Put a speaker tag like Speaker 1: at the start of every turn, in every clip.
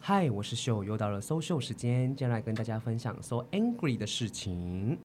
Speaker 1: 嗨，我是秀，又到了搜秀时间，今天来跟大家分享 so angry 的事情。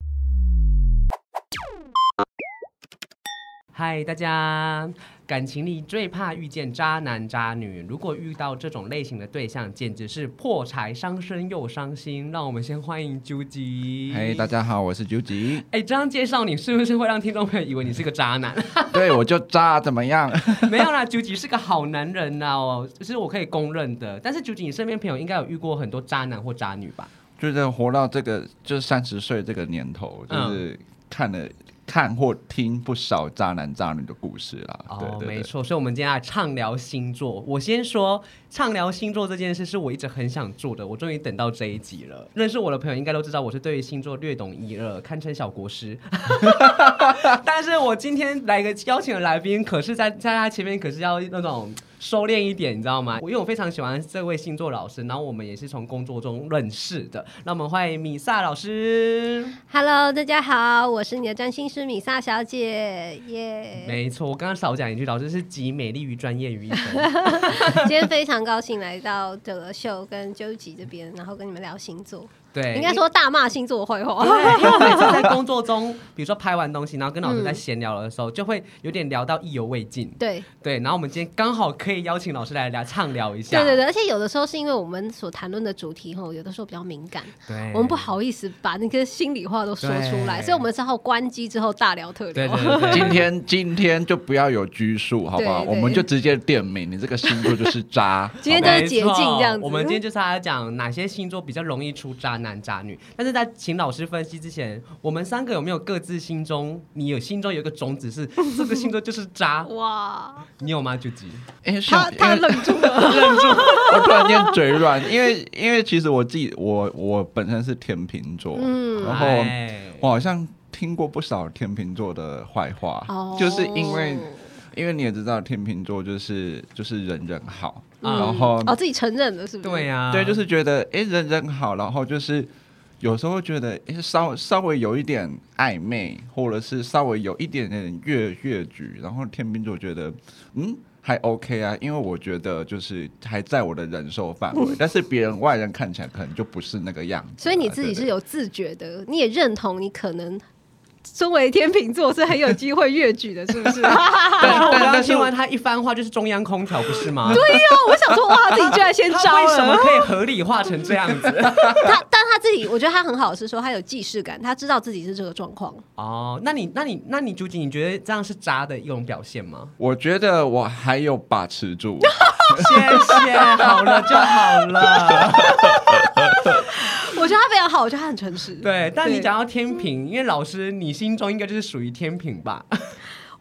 Speaker 1: 嗨，大家！感情里最怕遇见渣男渣女，如果遇到这种类型的对象，简直是破财伤身又伤心。让我们先欢迎究极。。
Speaker 2: 嘿大。家好，我是九吉
Speaker 1: 哎，这样介绍你是不是会让听众朋友以为你是个渣男？
Speaker 2: 对，我就渣，怎么 样？
Speaker 1: 没有啦，九吉是个好男人呐、哦，是我可以公认的。但是九吉，你身边朋友应该有遇过很多渣男或渣女吧？
Speaker 2: 就是活到这个，就是三十岁这个年头，就是
Speaker 3: 嗯
Speaker 2: 看了、看或听不少渣男渣女的故事啦。对
Speaker 1: 哦，
Speaker 2: 对
Speaker 1: 没
Speaker 2: 对，
Speaker 1: 错，所以我们今天来畅聊星座。我先说畅聊星座这件事是我一直很想做的，我终于等到这一集了。认识我的朋友应该都知道，我是对于星座略懂一二，堪称小国师。 但是我今天来个邀请的来宾，可是在在他前面可是要那种。收敛一点，你知道吗？我因为我非常喜欢这位星座老师，然后我们也是从工作中认识的。那我们欢迎米萨老师。
Speaker 3: Hello，大家好，我是你的占星师米莎小姐， 耶、
Speaker 1: 没错，我刚刚少讲一句，老师是集美丽与专业于一身。
Speaker 3: 今天非常高兴来到这个秀跟究极这边，然后跟你们聊星座，
Speaker 1: 对，
Speaker 3: 应该说大骂星座坏话。
Speaker 1: 对， 因为每次在工作中，比如说拍完东西，然后跟老师在闲聊的时候，就会有点聊到意犹未 尽。
Speaker 3: 对
Speaker 1: 对，然后我们今天刚好可以邀请老师来聊畅聊一下。
Speaker 3: 对对对，而且有的时候是因为我们所谈论的主题吼，有的时候比较敏感，
Speaker 1: 对
Speaker 3: 我们不。好意思把那个心里话都说出来，
Speaker 1: 哎对
Speaker 3: 所以我们只好关机之后大聊特
Speaker 1: 对
Speaker 3: 聊。
Speaker 1: 对对，
Speaker 2: 今天今天就不要有拘束，好不好？
Speaker 3: 对对
Speaker 2: 我们就直接点名，你这个星座就是 渣。
Speaker 3: 今天
Speaker 2: 好不好
Speaker 3: 就是捷径这样子
Speaker 1: 没错我们今天就是要讲哪些星座比较容易出渣男渣女。但是在请老师分析之前，我们三个有没有各自心中，你有心中有一个种子是这个星座就是 渣，
Speaker 3: 哇，
Speaker 1: 你有吗？就吉，
Speaker 2: 哎，
Speaker 3: 他
Speaker 2: 像
Speaker 3: 他
Speaker 2: 因为
Speaker 3: 愣住 了，
Speaker 2: 我突然间嘴软，因为因为其实我自己，我我本身是天秤座，
Speaker 3: 嗯
Speaker 2: 然后。
Speaker 1: 哎
Speaker 2: 我好像听过不少天秤座的坏话，
Speaker 3: 哦
Speaker 2: 就是因为因为你也知道天秤座就是就是人人好，
Speaker 1: 嗯
Speaker 2: 然后、
Speaker 3: 哦自己承认了是不是？
Speaker 1: 对啊呀、
Speaker 2: 对就是觉得哎、诶人人好，然后就是有时候觉得哎、诶稍稍微有一点暧昧，或者是稍微有一点点越越矩，然后天秤座觉得嗯。还 OK 啊，因为我觉得就是还在我的忍受范 围，但是别人外人看起来可能就不是那个样子啊。
Speaker 3: 所以你自己
Speaker 2: 对
Speaker 3: 是有自觉的，你也认同你可能身为天秤座是很有机会越举的，是 不啊是？对
Speaker 1: 然后我刚
Speaker 2: 但
Speaker 1: 刚
Speaker 2: 但是
Speaker 1: 听
Speaker 2: 我？
Speaker 1: 完他一番话，就是中央空调，不是 吗？
Speaker 3: 呀、我想说，哇，自己居然先
Speaker 1: 他
Speaker 3: 招
Speaker 1: 为什么
Speaker 3: 了。
Speaker 1: 可以合理化成这样子？
Speaker 3: 他，但他自己，我觉得他很好，是说他有既视感，他知道自己是这个状况。
Speaker 1: 哦，那你那你那你究竟你觉得这样是渣的一种表现吗
Speaker 2: 我觉得我还有把持 住，
Speaker 1: 谢谢，好了就好了。
Speaker 3: 我觉得他非常好，我觉得他很诚实。
Speaker 1: 对，但你讲到天平，因为老师你心中应该就是属于天平吧？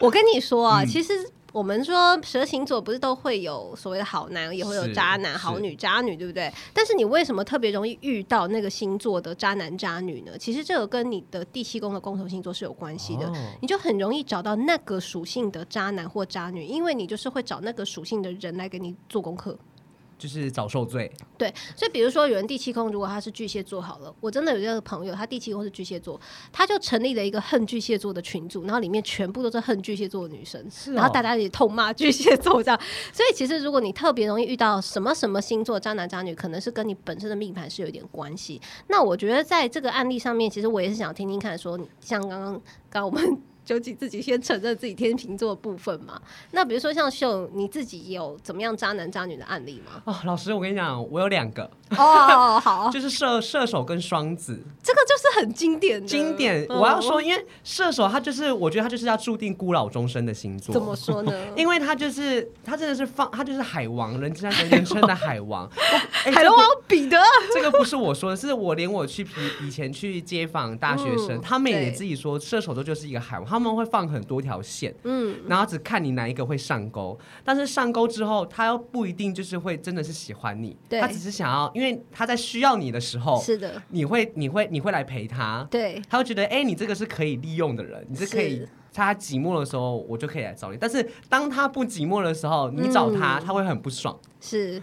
Speaker 3: 我跟你说
Speaker 1: 嗯
Speaker 3: 啊，其实我们说蛇星座不是都会有所谓的好男，也会有
Speaker 1: 是
Speaker 3: 渣
Speaker 1: 是
Speaker 3: 男、好女、渣女，对不对？但是你为什么特别容易遇到那个星座的渣男、渣女呢？其实这个跟你的第七宫的共同星座是有关系的。
Speaker 1: 哦
Speaker 3: 你就很容易找到那个属性的渣男或渣女，因为你就是会找那个属性的人来给你做功课。
Speaker 1: 就是早受罪，
Speaker 3: 对，所以比如说有人第七宫，如果他是巨蟹座好了，我真的有一个朋友，他第七宫是巨蟹座，他就成立了一个恨巨蟹座的群组，然后里面全部都是恨巨蟹座的女生，
Speaker 1: 是哦？
Speaker 3: 然后大家也痛骂巨蟹座这样。所以其实如果你特别容易遇到什么什么星座渣男渣女，可能是跟你本身的命盘是有点关系。那我觉得在这个案例上面，其实我也是想听听看说，像刚刚刚我们。 究竟自己先承认自己天秤座的部分嘛？那比如说像秀，你自己有怎么样渣男渣女的案例吗
Speaker 1: 哦，老师，我跟你讲，我有两个，
Speaker 3: 哦，好，
Speaker 1: 就是射射手跟双子，
Speaker 3: 这个就是很经典的
Speaker 1: 经典。
Speaker 3: 嗯
Speaker 1: 我要说，因为射手他就是，我觉得他就是要注定孤老终生的星座。
Speaker 3: 怎么说呢？
Speaker 1: 因为他就是他真的是放他就是海王，人 家人称的海王。我哎
Speaker 3: 海
Speaker 1: 这
Speaker 3: 龙
Speaker 1: 不
Speaker 3: 王彼得，
Speaker 1: 这个不是我说的，是我连我去以以前去街访大学生，
Speaker 3: 嗯
Speaker 1: 他们也
Speaker 3: 对
Speaker 1: 自己说射手座就是一个海王，他们会放很多条线，
Speaker 3: 嗯，
Speaker 1: 然后只看你哪一个会上钩。但是上钩之后，他又不一定就是会真的是喜欢你，
Speaker 3: 对
Speaker 1: 他只是想要，因为他在需要你的时候，
Speaker 3: 是的，
Speaker 1: 你会你会你会来陪他，
Speaker 3: 对，
Speaker 1: 他会觉得，哎、你这个是可以利用的人，你是可以
Speaker 3: 是。
Speaker 1: 在他寂寞的时候，我就可以来找你。但是当他不寂寞的时候，你找他，他会很不爽。
Speaker 3: 是，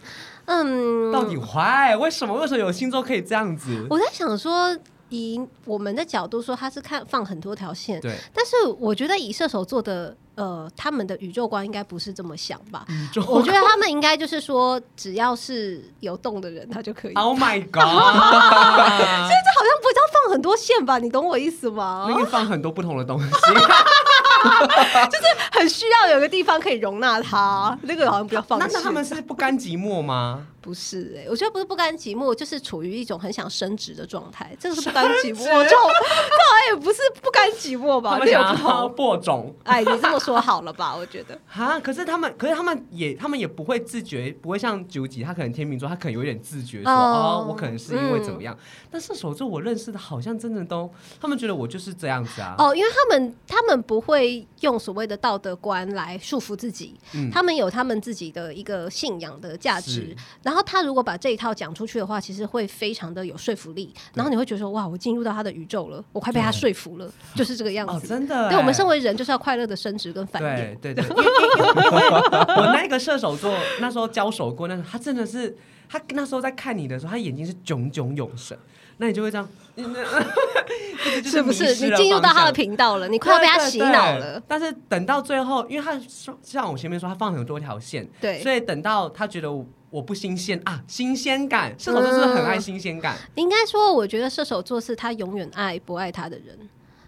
Speaker 3: 嗯，嗯
Speaker 1: 到底 why？为什么？为什么有星座可以这样子？
Speaker 3: 我在想说，以我们的角度说，他是看放很多条线，
Speaker 1: 对，
Speaker 3: 但是我觉得以射手座的呃，他们的宇宙观应该不是这么想吧？
Speaker 1: 就
Speaker 3: 我觉得他们应该就是说，只要是有动的人，他就可以。
Speaker 1: Oh my god！
Speaker 3: 这好像不叫放很多线吧？你懂我意思吗？
Speaker 1: 那个放很多不同的 东西，
Speaker 3: 很需要有个地方可以容纳他，那个好像不叫放
Speaker 1: 那
Speaker 3: 线。
Speaker 1: 那他们是不甘寂寞吗？
Speaker 3: 不是哎、我觉得不是不甘寂寞，就是处于一种很想升职的状态，这个是不甘寂寞，
Speaker 1: 升职
Speaker 3: 这 种这好像啊也不是不甘寂寞吧
Speaker 1: 他？们
Speaker 3: 略有不
Speaker 1: 想要
Speaker 3: 同。
Speaker 1: 播种
Speaker 3: 哎，你这么说好 了吧？我觉得
Speaker 1: 哈，可是他们，可是他们也，他们也不会自觉，不会像九级，他可能天秤座，他可能有一点自觉说，
Speaker 3: 哦嗯
Speaker 1: 哦我可能是因为怎么样。但射手座我认识的，好像真的都，他们觉得我就是这样子啊。
Speaker 3: 哦，因为他们他们不会用所谓的道德观来束缚自己，
Speaker 1: 嗯
Speaker 3: 他们有他们自己的一个信仰的价值
Speaker 1: 是。
Speaker 3: 然后他如果把这一套讲出去的话，其实会非常的有说服力。然后你会觉得说，哇，我进入到他的宇宙了，我快被他说服了，就是这个样
Speaker 1: 哦，
Speaker 3: 子。
Speaker 1: 真的欸。
Speaker 3: 对我们身为人，就是要快乐的升职跟反应。
Speaker 1: 对对对， 因为因为因为我那个射手座那时候交手过，那时候他真的是，他那时候在看你的时候，他眼睛是炯炯有神，那你就会这样，嗯
Speaker 3: 是不是？
Speaker 1: 就是迷失
Speaker 3: 你
Speaker 1: 了
Speaker 3: 进入到
Speaker 1: 方
Speaker 3: 他的
Speaker 1: 向
Speaker 3: 频道了，你快要被他洗脑
Speaker 1: 对对
Speaker 3: 了
Speaker 1: 对。但是等到最后，因为他说像我前面说，他放很多条线，
Speaker 3: 对
Speaker 1: 所以等到他觉得我我不新鲜啊，新鲜感，
Speaker 3: 嗯
Speaker 1: 射手座真的很爱新鲜感，
Speaker 3: 应该说，我觉得射手座是他永远爱不爱他的人，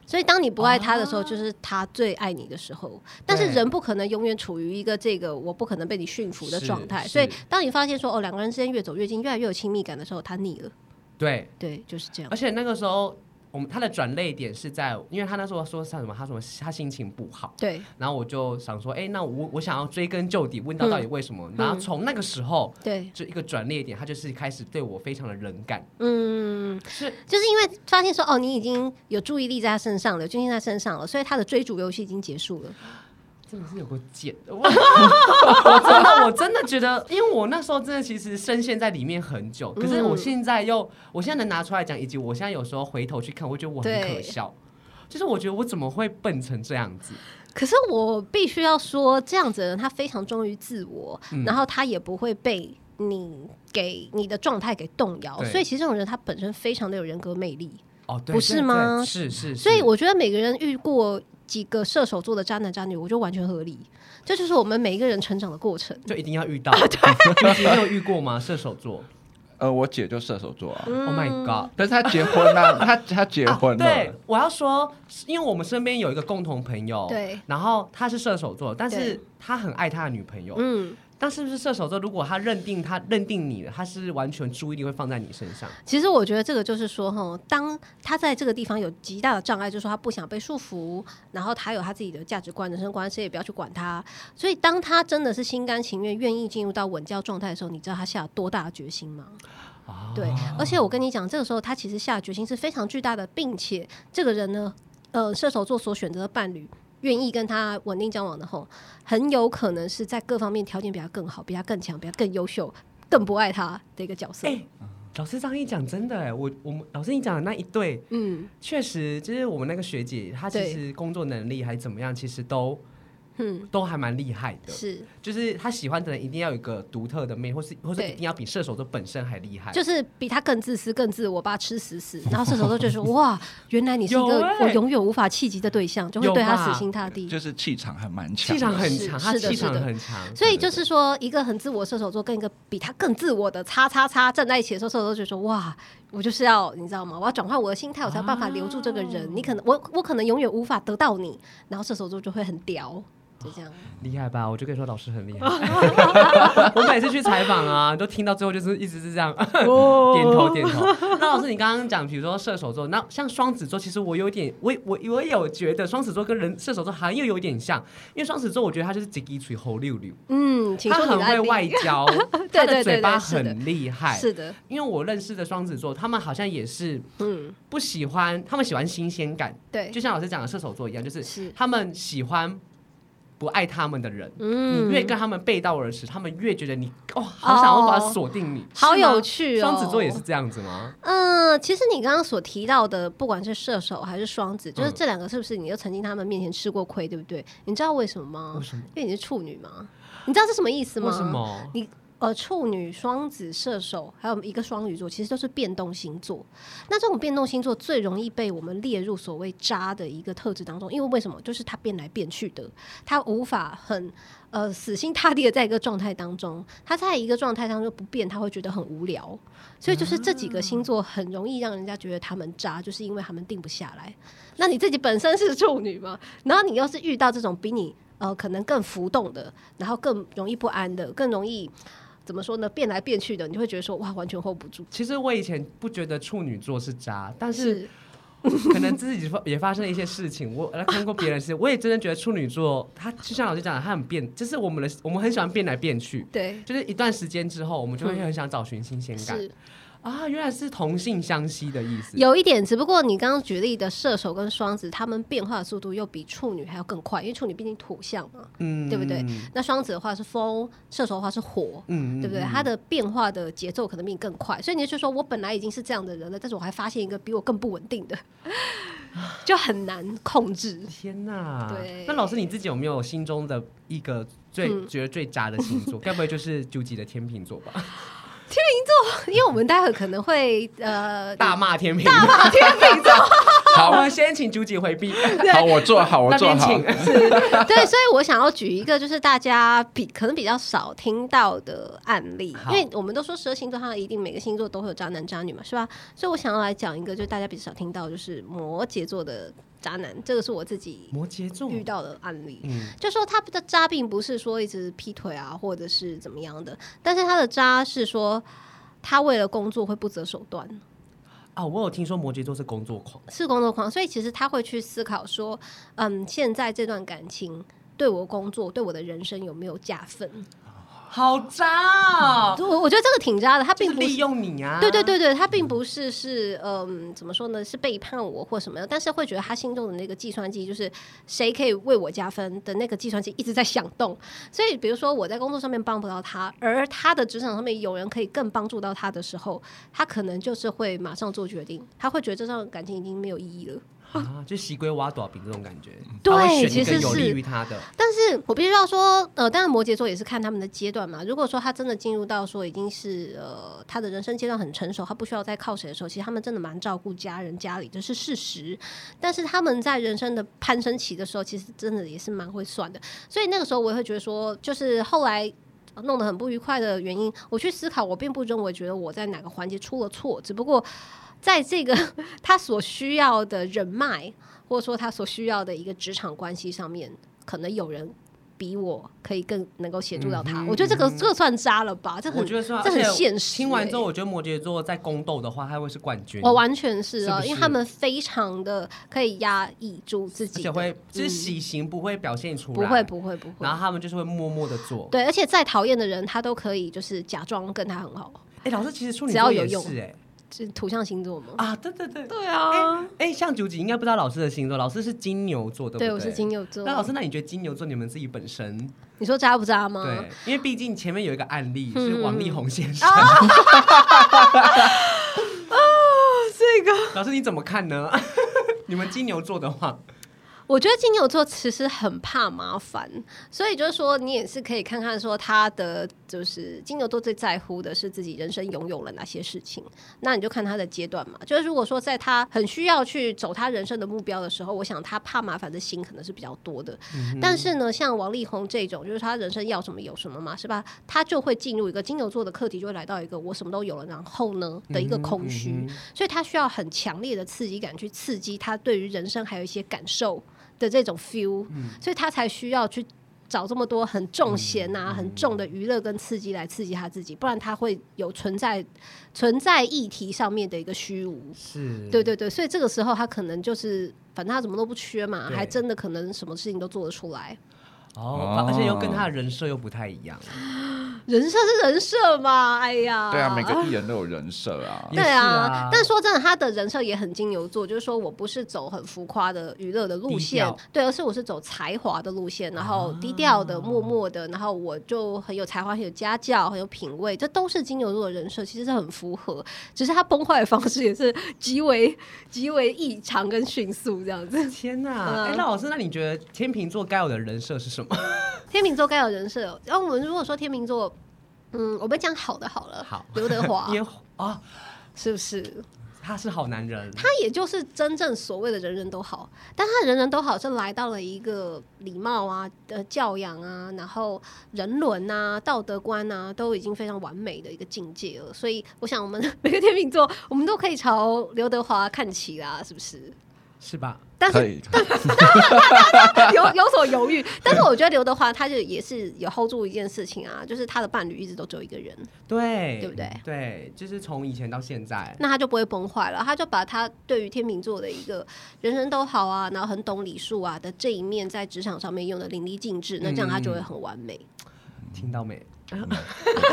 Speaker 3: 所以当你不爱他的时候，就是他最爱你的时候。但是人不可能永远处于一个这个我不可能被你驯服的状态，
Speaker 1: 是
Speaker 3: 所以
Speaker 1: 是
Speaker 3: 当你发现说哦两个人之间越走越近，越来越有亲密感的时候，他腻了。
Speaker 1: 对，
Speaker 3: 对，就是这样
Speaker 1: 而。且那个时候。我们他的转泪点是在，因为他那时候说像什么，他什么他心情不好，
Speaker 3: 对
Speaker 1: 然后我就想说，哎、那我我想要追根究底，
Speaker 3: 嗯
Speaker 1: 问到到底为什么。然后从那个时候，
Speaker 3: 对，
Speaker 1: 就一个转捩点，他就是开始对我非常的冷感。
Speaker 3: 嗯，
Speaker 1: 是
Speaker 3: 就是因为发现说哦你已经有注意力在他身上了，有精力在他身上了，所以他的追逐游戏已经结束了。
Speaker 1: 真的是有个贱，我 我真的我真的觉得，因为我那时候真的其实深陷在里面很久，
Speaker 3: 嗯
Speaker 1: 可是我现在又，我现在能拿出来讲，以及我现在有时候回头去看，我觉得我很
Speaker 3: 对
Speaker 1: 可笑，就是我觉得我怎么会笨成这样子？
Speaker 3: 可是我必须要说，这样子的人他非常忠于自我，
Speaker 1: 嗯
Speaker 3: 然后他也不会被你给你的状态给动摇，
Speaker 1: 对
Speaker 3: 所以其实这种人他本身非常的有人格魅力。
Speaker 1: 哦，对，
Speaker 3: 不是
Speaker 1: 对对
Speaker 3: 吗
Speaker 1: 是是，
Speaker 3: 所以
Speaker 1: 是
Speaker 3: 我觉得每个人遇过几个射手座的渣男渣女，我就完全合理。这就是我们每一个人成长的过程。
Speaker 1: 就一定要遇 到。对，你有遇过吗？射手座
Speaker 2: 呃，我姐就射手座啊，
Speaker 3: 嗯
Speaker 1: ？Oh my god！
Speaker 2: 但是她结婚 了，她她结婚了，
Speaker 1: 哦对，我要说，因为我们身边有一个共同朋友，
Speaker 3: 对，
Speaker 1: 然后他是射手座，但
Speaker 3: 对
Speaker 1: 是他很爱他的女朋友。
Speaker 3: 嗯，
Speaker 1: 但是不是射手座？如果他认定他认定你了，他是完全注意力会放在你身上。
Speaker 3: 其实我觉得这个就是说，哈，当他在这个地方有极大的障碍，就是说他不想被束缚，然后他有他自己的价值观、人生观，谁也不要去管他。所以，当他真的是心甘情愿、愿意进入到稳交状态的时候，你知道他下了多大的决心吗？对，而且我跟你讲，这个时候他其实下的决心是非常巨大的，并且这个人呢，呃，射手座所选择的伴侣。愿意跟他稳定交往的后，很有可能是在各方面条件比他更好、比他更强、比他更优秀、更不爱他的一个角色。
Speaker 1: 哎、老师这样一讲，真的哎，我我们老师你讲的那一对，
Speaker 3: 嗯，
Speaker 1: 确实就是我们那个学姐，她其
Speaker 3: 对
Speaker 1: 实工作能力还怎么样，其实都
Speaker 3: 嗯
Speaker 1: 都还蛮厉害的。
Speaker 3: 是，
Speaker 1: 就是她喜欢的人一定要有一个独特的魅力，或是或是
Speaker 3: 对
Speaker 1: 一定要比射手座本身还厉害。
Speaker 3: 就是比他更自私、更自我，把他吃死死。然后射手座 就说：“哇，原来你是一个
Speaker 1: 有欸
Speaker 3: 我永远无法企及的对象，就会
Speaker 1: 有啊
Speaker 3: 对他
Speaker 1: 吧
Speaker 3: 死心塌地。
Speaker 2: 就是气场还蛮强
Speaker 1: 气
Speaker 2: 的，
Speaker 1: 场 很
Speaker 3: 是
Speaker 1: 强，她
Speaker 3: 是的
Speaker 1: 气
Speaker 3: 是
Speaker 1: 场
Speaker 3: 的
Speaker 1: 很强”。
Speaker 3: 所以就是说，一个很自我的射手座跟一个比他更自我的叉叉叉站在一起的时候，射手座就说：“哇，我就是要你知道吗？我要转换我的心态，我才有办法留住这个
Speaker 1: 啊
Speaker 3: 人。你可能我我可能永远无法得到你。”然后射手座就会很屌，就这样。
Speaker 1: 厉害吧？我就跟你说，老师很厉害。我每次去采访啊，都听到最后就是一直是这样， 点头点头。那老师，你刚刚讲，比如说射手座，那像双子座，其实我有点，我我我有觉得双子座跟人射手座好像又有点像，因为双子座我觉得他就是叽叽吹吼溜溜，
Speaker 3: 嗯，请
Speaker 1: 他
Speaker 3: 说你
Speaker 1: 很
Speaker 3: 的
Speaker 1: 会
Speaker 3: 爱
Speaker 1: 外
Speaker 3: 宾。
Speaker 1: 交，
Speaker 3: 对
Speaker 1: 他
Speaker 3: 对对对
Speaker 1: 的嘴巴
Speaker 3: 是的
Speaker 1: 很厉害。
Speaker 3: 是的，
Speaker 1: 因为我认识的双子座，他们好像也是
Speaker 3: 嗯，
Speaker 1: 不喜欢，他们喜欢新鲜感，
Speaker 3: 对，
Speaker 1: 就像老师讲的射手座一样，就是
Speaker 3: 是，
Speaker 1: 他们喜欢不爱他们的人。
Speaker 3: 嗯
Speaker 1: 你越跟他们背道而驰，他们越觉得你哦，好想要把它锁定你。
Speaker 3: 好
Speaker 1: 是吗
Speaker 3: 有趣哦。
Speaker 1: 双子座也是这样子吗？
Speaker 3: 嗯，其实你刚刚所提到的，不管是射手还是双子，就是
Speaker 1: 嗯
Speaker 3: 这两个，是不是你就曾经他们面前吃过亏，对不对？你知道为什么吗？
Speaker 1: 为什么？
Speaker 3: 因为你是处女嘛。你知道这什么意思吗？
Speaker 1: 为什？么？
Speaker 3: 你呃处女、双子、射手，还有一个双鱼座，其实都是变动星座。那这种变动星座最容易被我们列入所谓渣的一个特质当中，因为为什么？就是它变来变去的，它无法很呃死心塌地的在一个状态当中，它在一个状态当中不变，他会觉得很无聊。所以就是这几个星座很容易让人家觉得他们渣，就是因为他们定不下来。那你自己本身是处女嘛，然后你又是遇到这种比你呃可能更浮动的，然后更容易不安的，更容易怎么说呢？变来变去的，你会觉得说哇，完全 hold 不住。
Speaker 1: 其实我以前不觉得处女座是渣，但是可能自己发也发生了一些事情，我来看过别人的事，我也真的觉得处女座，他就像老师讲的，他很变，就是我们的我们很喜欢变来变去，
Speaker 3: 对，
Speaker 1: 就是一段时间之后，我们就会很想找寻新鲜感、
Speaker 3: 嗯是
Speaker 1: 啊，原来是同性相吸的意思。
Speaker 3: 有一点，只不过你刚刚举例的射手跟双子，他们变化的速度又比处女还要更快，因为处女毕竟土象嘛，
Speaker 1: 嗯
Speaker 3: 对不对
Speaker 1: 嗯
Speaker 3: 那双子的话是风，射手的话是火，
Speaker 1: 嗯
Speaker 3: 对不对？
Speaker 1: 嗯
Speaker 3: 它的变化的节奏可能比你更快，所以你就说我本来已经是这样的人了，但是我还发现一个比我更不稳定的，就很难控制。
Speaker 1: 天呐！
Speaker 3: 对
Speaker 1: 那老师你自己有没有心中的一个最、
Speaker 3: 嗯
Speaker 1: 觉得最渣的星座？该不会就是究极的天秤座
Speaker 3: 呃
Speaker 1: 吧？
Speaker 3: 因为我们待会可能会呃
Speaker 1: 大骂天秤，大骂天秤座。好，我们先请朱姐回 避。
Speaker 2: 好，我做好，我
Speaker 1: 那
Speaker 2: 做
Speaker 1: 边
Speaker 2: 好
Speaker 1: 请。
Speaker 3: 对，所以我想要举一个，就是大家比可能比较少听到的案例，
Speaker 1: 好
Speaker 3: 因为我们都说十二星座，它一定每个星座都会有渣男渣女嘛，是吧？所以我想要来讲一个，就是大家比较少听到，就是摩羯座的渣男，这个是我自己
Speaker 1: 摩羯座，
Speaker 3: 遇到的案例。
Speaker 1: 嗯，
Speaker 3: 就说他的渣并不是说一直劈腿啊，或者是怎么样的，但是他的渣是说他为了工作会不择手段。
Speaker 1: 啊，我有听说摩羯座是工作狂，
Speaker 3: 是工作狂，所以其实他会去思考说，嗯，现在这段感情对我工作、对我的人生有没有加分？
Speaker 1: 好渣、哦，
Speaker 3: 我我觉得这个挺渣的，他
Speaker 1: 啊就
Speaker 3: 并
Speaker 1: 是
Speaker 3: 不是
Speaker 1: 利用你啊。
Speaker 3: 对对对对，他并不是是嗯，怎么说呢？是背叛我或什么的，但是会觉得他心中的那个计算机，就是谁可以为我加分的那个计算机一直在响动。所以，比如说我在工作上面帮不到他，而他的职场上面有人可以更帮助到他的时候，他可能就是会马上做决定，他会觉得这段感情已经没有意义了。
Speaker 1: 啊，就西龟挖短饼这种感觉。
Speaker 3: 对
Speaker 1: 他会选一个
Speaker 3: 其实
Speaker 1: 有利
Speaker 3: 是
Speaker 1: 于他的。
Speaker 3: 但是我必须要说，呃，当然摩羯座也是看他们的阶段嘛。如果说他真的进入到说已经是呃他的人生阶段很成熟，他不需要再靠谁的时候，其实他们真的蛮照顾家人家里，这是事实。但是他们在人生的攀升期的时候，其实真的也是蛮会算的。所以那个时候我也会觉得说，就是后来。呃弄得很不愉快的原因，我去思考，我并不认为觉得我在哪个环节出了错，只不过在这个他所需要的人脉，或者说他所需要的一个职场关系上面，可能有人比我可以更能够协助到他。
Speaker 1: 嗯哼
Speaker 3: 我觉得这个
Speaker 1: 嗯哼
Speaker 3: 这个算渣了吧？这很
Speaker 1: 我觉得啊算，
Speaker 3: 这很
Speaker 1: 而且
Speaker 3: 现实
Speaker 1: 听完
Speaker 3: 欸
Speaker 1: 之后，我觉得摩羯座在宫斗的话，他会是冠军。
Speaker 3: 我完全是啊，
Speaker 1: 是不是
Speaker 3: 因为他们非常的可以压抑住自
Speaker 1: 而
Speaker 3: 己
Speaker 1: 且
Speaker 3: 的，
Speaker 1: 会就是
Speaker 3: 嗯
Speaker 1: 喜形不会表现出
Speaker 3: 不
Speaker 1: 来，
Speaker 3: 会不会不会
Speaker 1: 然。后他们就是会默默的做。
Speaker 3: 对，而且再讨厌的人，他都可以就是假装跟他很好，
Speaker 1: 哎，老师，其实处女
Speaker 3: 只要
Speaker 1: 座
Speaker 3: 有
Speaker 1: 也
Speaker 3: 用
Speaker 1: 是哎
Speaker 3: 就是土象星座嘛。
Speaker 1: 啊，对对对。
Speaker 3: 对啊，
Speaker 1: 哎，像九级应该不知道老师的星座，老师是金牛座，对不对？
Speaker 3: 对我是金。牛座
Speaker 1: 那。老师，那你觉得金牛座你们自己本身
Speaker 3: 你说渣不渣吗？
Speaker 1: 对？因为毕竟前面有一个案例
Speaker 3: 嗯啊
Speaker 1: 是王力宏先 生，
Speaker 3: 这个
Speaker 1: 老师你怎么看呢？ 你们金牛座的话，
Speaker 3: 我觉得金牛座其实很怕麻烦，所以就是说，你也是可以看看说他的就是金牛座最在乎的是自己人生拥有了哪些事情，那你就看他的阶段嘛。就是如果说在他很需要去走他人生的目标的时候，我想他怕麻烦的心可能是比较多的。
Speaker 1: 嗯
Speaker 3: 但是呢，像王力宏这种，就是他人生要什么有什么嘛，是吧？他就会进入一个金牛座的课题，就会来到一个我什么都有了，然后呢的一个空虚。
Speaker 1: 嗯哼
Speaker 3: 所以他需要很强烈的刺激感去刺激他对于人生还有一些感受的这种 feel，、所以
Speaker 2: 嗯
Speaker 3: 他才需要去找这么多很重咸
Speaker 2: 嗯
Speaker 3: 啊、很重的娱乐跟刺激来刺激他自己，不然他会有存在存在议题上面的一个虚无。
Speaker 1: 是
Speaker 3: 对对对，所以这个时候他可能就是，反正他什么都不缺嘛，
Speaker 1: 对
Speaker 3: 还真的可能什么事情都做得出来。
Speaker 1: 哦，而且又跟他的人设又不太一
Speaker 3: 哦
Speaker 1: 样，
Speaker 3: 人设是人设嘛，哎呀，
Speaker 2: 对啊，每个艺人都有人设啊。
Speaker 1: 也
Speaker 3: 对
Speaker 1: 是啊
Speaker 3: 但说真的，他的人设也很金牛座，就是说我不是走很浮夸的娱乐的路
Speaker 1: 低
Speaker 3: 线
Speaker 1: 调，啊
Speaker 3: 对，而是我是走才华的路线，然后低调的、默默的，然后我就很有才华、很有家教、很有品味，这都是金牛座的人设，其实是很符合，只是他崩坏的方式也是极为 极为异常跟迅速这样子。
Speaker 1: 天呐！
Speaker 3: 嗯
Speaker 1: 哎、那老师，那你觉得天秤座该有的人设是什么？
Speaker 3: 天秤座该有人设哦，然后我们如果说天秤座。嗯，我们讲好的好了，
Speaker 1: 好
Speaker 3: 刘德华
Speaker 1: 因为啊，
Speaker 3: 是不是？
Speaker 1: 他是好男人，
Speaker 3: 他也就是真正所谓的人人都好，但他人人都好是来到了一个礼貌啊、呃教养啊，然后人伦啊、道德观啊，都已经非常完美的一个境界了。所以，我想我们 每个天秤座，我们都可以朝刘德华看齐啦，是不是？
Speaker 1: 啊是吧？
Speaker 3: 但
Speaker 2: 可
Speaker 3: 是
Speaker 2: 以，
Speaker 3: 有有所犹豫，但是我觉得刘德华他就也是有 hold 住一件事情啊，就是他的伴侣一直都只有一个人，
Speaker 1: 对，
Speaker 3: 对不对？
Speaker 1: 对，就是从以前到现在，
Speaker 3: 那他就不会崩坏了，他就把他对于天秤座的一个人人都好啊，然后很懂礼数啊的这一面，在职场上面用的淋漓尽致，那这样他就会很完美。
Speaker 1: 听到没？
Speaker 3: 嗯
Speaker 1: 嗯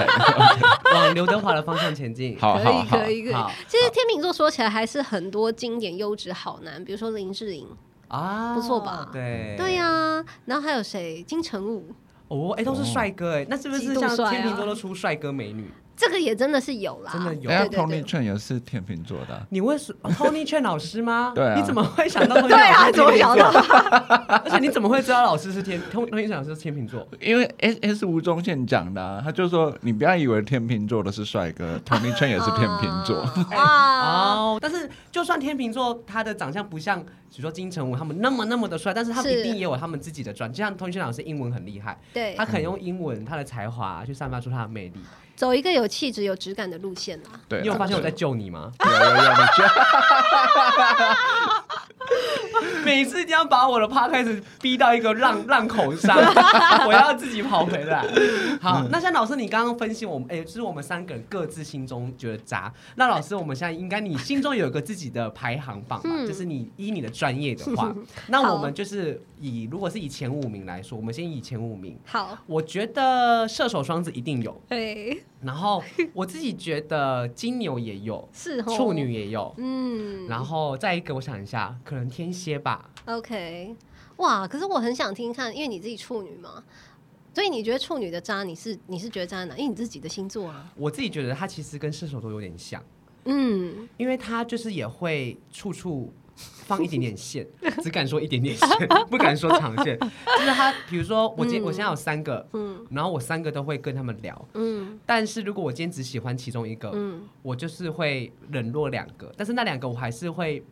Speaker 1: 往刘德华的方向前进。
Speaker 2: 好
Speaker 3: 可
Speaker 2: 好
Speaker 3: 以，
Speaker 2: 好，
Speaker 3: 可以，可以
Speaker 1: 好。
Speaker 3: 其实天秤座说起来还是很多经典优质好男，比如说林志颖，
Speaker 1: 啊，
Speaker 3: 不错吧
Speaker 1: 对，
Speaker 3: 对、呀、然后还有谁？金城武，
Speaker 1: 哦，哎、都是帅哥哎、那是不
Speaker 3: 极
Speaker 1: 是
Speaker 3: 度
Speaker 1: 像
Speaker 3: 帅啊
Speaker 1: 天秤座都出帅哥美女？
Speaker 3: 这个也真的是有啦，
Speaker 1: 真的有
Speaker 2: 哎呀
Speaker 3: 对对对
Speaker 2: Tony 券也是天秤座的啊，
Speaker 1: 你为什 Tony 劝老师吗？
Speaker 2: 对啊
Speaker 1: 你怎么会想 到 Tony
Speaker 3: 对啊，
Speaker 1: 老师
Speaker 3: 怎么
Speaker 1: 天
Speaker 3: 想
Speaker 1: 秤
Speaker 3: 到
Speaker 1: 座？？而且你怎么会知道老师是天 Tony Tony 劝老师是天秤座？
Speaker 2: 因为 S S 吴宗宪讲的啊，他就说你不要以为天秤座的是帅哥，Tony 券也是天秤座。
Speaker 3: 啊，
Speaker 1: 哦，但是就算天秤座他的长相不像，比如说金城武他们那么那么的帅，但是他们
Speaker 3: 是
Speaker 1: 一定也有他们自己的专，就像通讯老师英文很厉害，
Speaker 3: 对
Speaker 1: 他，可能
Speaker 2: 嗯
Speaker 1: 用英文他的才华去散发出他的魅力。
Speaker 3: 走一个有气质、有质感的路线啊啦。
Speaker 2: 对，
Speaker 1: 你有发现我在救你吗？
Speaker 2: 有有有，你觉得
Speaker 1: 每次这样把我的 p 开始逼到一个浪浪口 上，我要自己跑回来。
Speaker 2: 嗯
Speaker 1: 好，那像老师，你刚刚分析我们，哎、就是我们三个人各自心中觉得渣。那老师，我们现在应该你心中有一个自己的排行榜嘛？
Speaker 3: 嗯
Speaker 1: 就是你依你的专业的 话，那
Speaker 3: 好
Speaker 1: 我们就是以如果是以前五名来说，我们先以前五名。
Speaker 3: 好，
Speaker 1: 我觉得射手双子一定有，
Speaker 3: 对，
Speaker 1: 然后我自己觉得金牛也有，
Speaker 3: 是哦
Speaker 1: 处，女也有，
Speaker 3: 嗯，
Speaker 1: 然后再一个我想一下，可能天蝎吧。
Speaker 3: OK，哇！可是我很想听看，因为你自己处女嘛，所以你觉得处女的渣，你是你是觉得渣在哪？因为你自己的星座啊，
Speaker 1: 我自己觉得他其实跟射手座有点像，
Speaker 3: 嗯，
Speaker 1: 因为他就是也会处处放一点点 线，只敢说一点点线， 不敢说长线。就是他，比如说我今、
Speaker 3: 嗯
Speaker 1: 我现在有三个，
Speaker 3: 嗯
Speaker 1: 然后我三个都会跟他们聊，
Speaker 3: 嗯
Speaker 1: 但是如果我今天只喜欢其中一个，
Speaker 3: 嗯，
Speaker 1: 我就是会冷落两个，但是那两个我还是会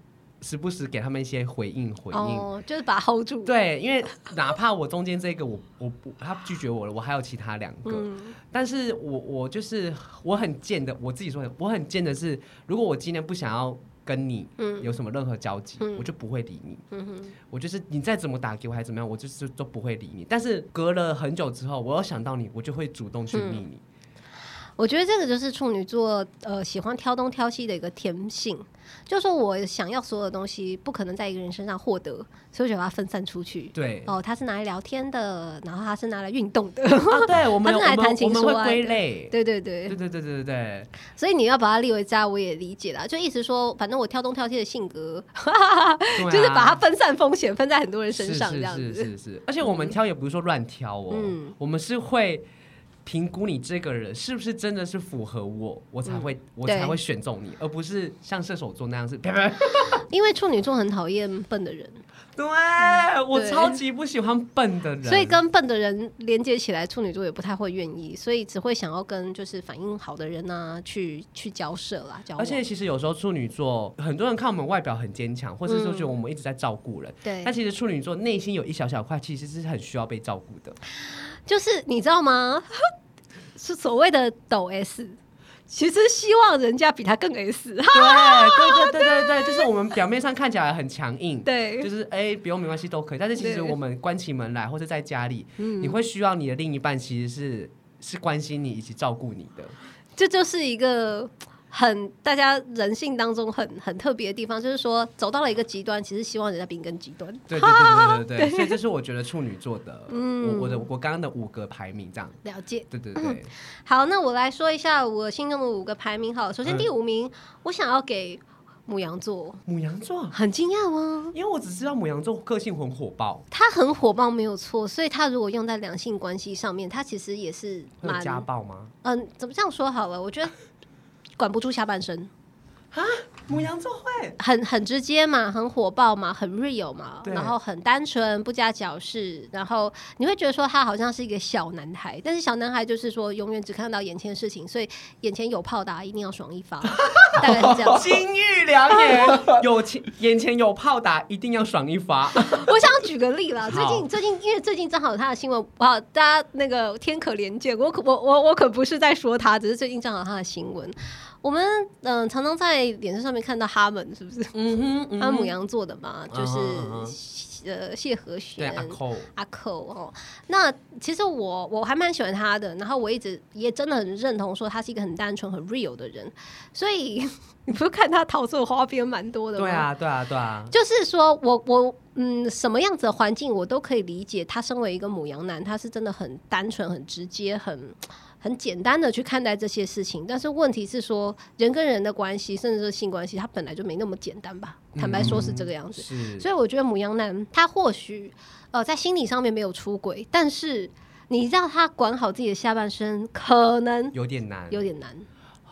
Speaker 1: 时不时给他们一些回应回应。
Speaker 3: 哦，就是把它 hold 住，，
Speaker 1: 对，因为哪怕我中间这个我我不他拒绝我了，我还有其他两个，
Speaker 3: 嗯
Speaker 1: 但是我我就是我很贱的，我自己说的我很贱的是，如果我今天不想要跟你
Speaker 3: 嗯
Speaker 1: 有什么任何交集，
Speaker 3: 嗯
Speaker 1: 我就不会理你。
Speaker 3: 嗯哼，
Speaker 1: 我就是你再怎么打给我还是怎么样，我就是都不会理你。但是隔了很久之后，我又想到你，我就会主动去
Speaker 3: 嗯
Speaker 1: 密你。
Speaker 3: 我觉得这个就是处女座呃喜欢挑东挑西的一个天性，就是说我想要所有的东西，不可能在一个人身上获得，所以我就把它分散出去。
Speaker 1: 对，
Speaker 3: 哦，他是拿来聊天的，然后他是拿来运动的，
Speaker 1: 啊，对，我们
Speaker 3: 他
Speaker 1: 我
Speaker 3: 是来
Speaker 1: 们
Speaker 3: 谈
Speaker 1: 我
Speaker 3: 情
Speaker 1: 们
Speaker 3: 说
Speaker 1: 会
Speaker 3: 爱
Speaker 1: 归
Speaker 3: 的
Speaker 1: 类。
Speaker 3: 对对对
Speaker 1: 对对对 对对对，啊
Speaker 3: 所以你要把它列为渣，我也理解啦。就意思说，反正我挑东挑西的性格，
Speaker 1: 对
Speaker 3: 就是
Speaker 1: 啊
Speaker 3: 把它分散风险，分在很多人身
Speaker 1: 是
Speaker 3: 上这
Speaker 1: 是
Speaker 3: 样
Speaker 1: 是
Speaker 3: 子。
Speaker 1: 是是，而且我们挑也不是说乱挑哦，
Speaker 3: 嗯
Speaker 1: 我们是会评估你这个人是不是真的是符合我，我才会、我才
Speaker 3: 嗯对
Speaker 1: 会选中你，而不是像射手座那样是 啪啪啪。
Speaker 3: 因为处女座很讨厌笨的人，
Speaker 1: 对我
Speaker 3: 对
Speaker 1: 超级不喜欢笨的人，
Speaker 3: 所以跟笨的人连接起来，处女座也不太会愿意，所以只会想要跟就是反应好的人啊去去交涉啦，交往
Speaker 1: 而且其实有时候处女座，很多人看我们外表很坚强，或是说觉得我们一直在照顾人，
Speaker 3: 嗯对
Speaker 1: 但，其实处女座内心有一小小块，其实是很需要被照顾 的。
Speaker 3: 就是你知道吗？ 是所谓的抖 S，其实希望人家比他更 S，
Speaker 1: 对对对对对对，就是我们表面上看起来很强硬，
Speaker 3: 对
Speaker 1: 就是哎、不用没关系都可以。但是其实
Speaker 3: 对
Speaker 1: 我们关起门来或者在家里，你会需要你的另一半其实是是关心你以及照顾你的。
Speaker 3: 这就是一个很大家人性当中很很特别的地方，就是说走到了一个极端，其实希望人家比你更极端。
Speaker 1: 对对对对对对，嗯所以这是我觉得处女座的，我我的我刚刚的五个排名这样。
Speaker 3: 了解。
Speaker 1: 对对对，
Speaker 3: 好，那我来说一下我心中的五个排名。好了，首
Speaker 1: 嗯
Speaker 3: 先第五名，我想要给母羊座，
Speaker 1: 母羊座，
Speaker 3: 很惊讶吗？
Speaker 1: 因为我只知道母羊座个性很火爆，
Speaker 3: 他很火爆没有错，所以他如果用在两性关系上面，他其实也是
Speaker 1: 会有
Speaker 3: 蛮
Speaker 1: 家暴吗？
Speaker 3: 嗯，怎么这样说好了？我觉得管不住下半身，
Speaker 1: 母羊座会，
Speaker 3: 很很直接嘛，很火爆嘛，很 real 嘛，
Speaker 1: 对
Speaker 3: 然后很单纯，不加矫饰，然后你会觉得说他好像是一个小男孩，但是小男孩就是说永远只看到眼前的事情，所以眼前有炮打一定要爽一发，大概是这 样。
Speaker 1: 金玉良言，有钱眼前有炮打，一定要爽一 发。
Speaker 3: 我想举个例啦，最
Speaker 1: 好
Speaker 3: 近最近因为最近正好他的新闻，哇，大家那个天可怜见，我可我我我可不是在说他，只是最近正好他的新闻，我们嗯、呃常常在脸书上面看到哈们是不是？
Speaker 1: 嗯哼，嗯
Speaker 3: 他
Speaker 1: 哼
Speaker 3: 母羊座的嘛，就
Speaker 1: 嗯哼嗯
Speaker 3: 是呃谢和
Speaker 1: 对
Speaker 3: 弦
Speaker 1: 阿。扣，
Speaker 3: 阿寇哦，那其实我我还蛮喜欢他的，然后我一直也真的很认同说他是一个很单纯、很 real 的人，所以 你不是看他陶醉花边蛮多的吗？
Speaker 1: 对，啊对啊对啊，
Speaker 3: 就是说我我嗯，什么样子的环境我都可以理解。他身为一个母羊男，他是真的很单纯、很直接、很很简单的去看待这些事情。但是问题是说，人跟人的关系，甚至是性关系，他本来就没那么简单吧？
Speaker 2: 嗯
Speaker 3: 坦白说是这个样子。
Speaker 1: 是
Speaker 3: 所以我觉得母羊男他或许呃在心理上面没有出轨，但是你让他管好自己的下半身，可 能
Speaker 2: 嗯
Speaker 1: 有点难，
Speaker 3: 有点难。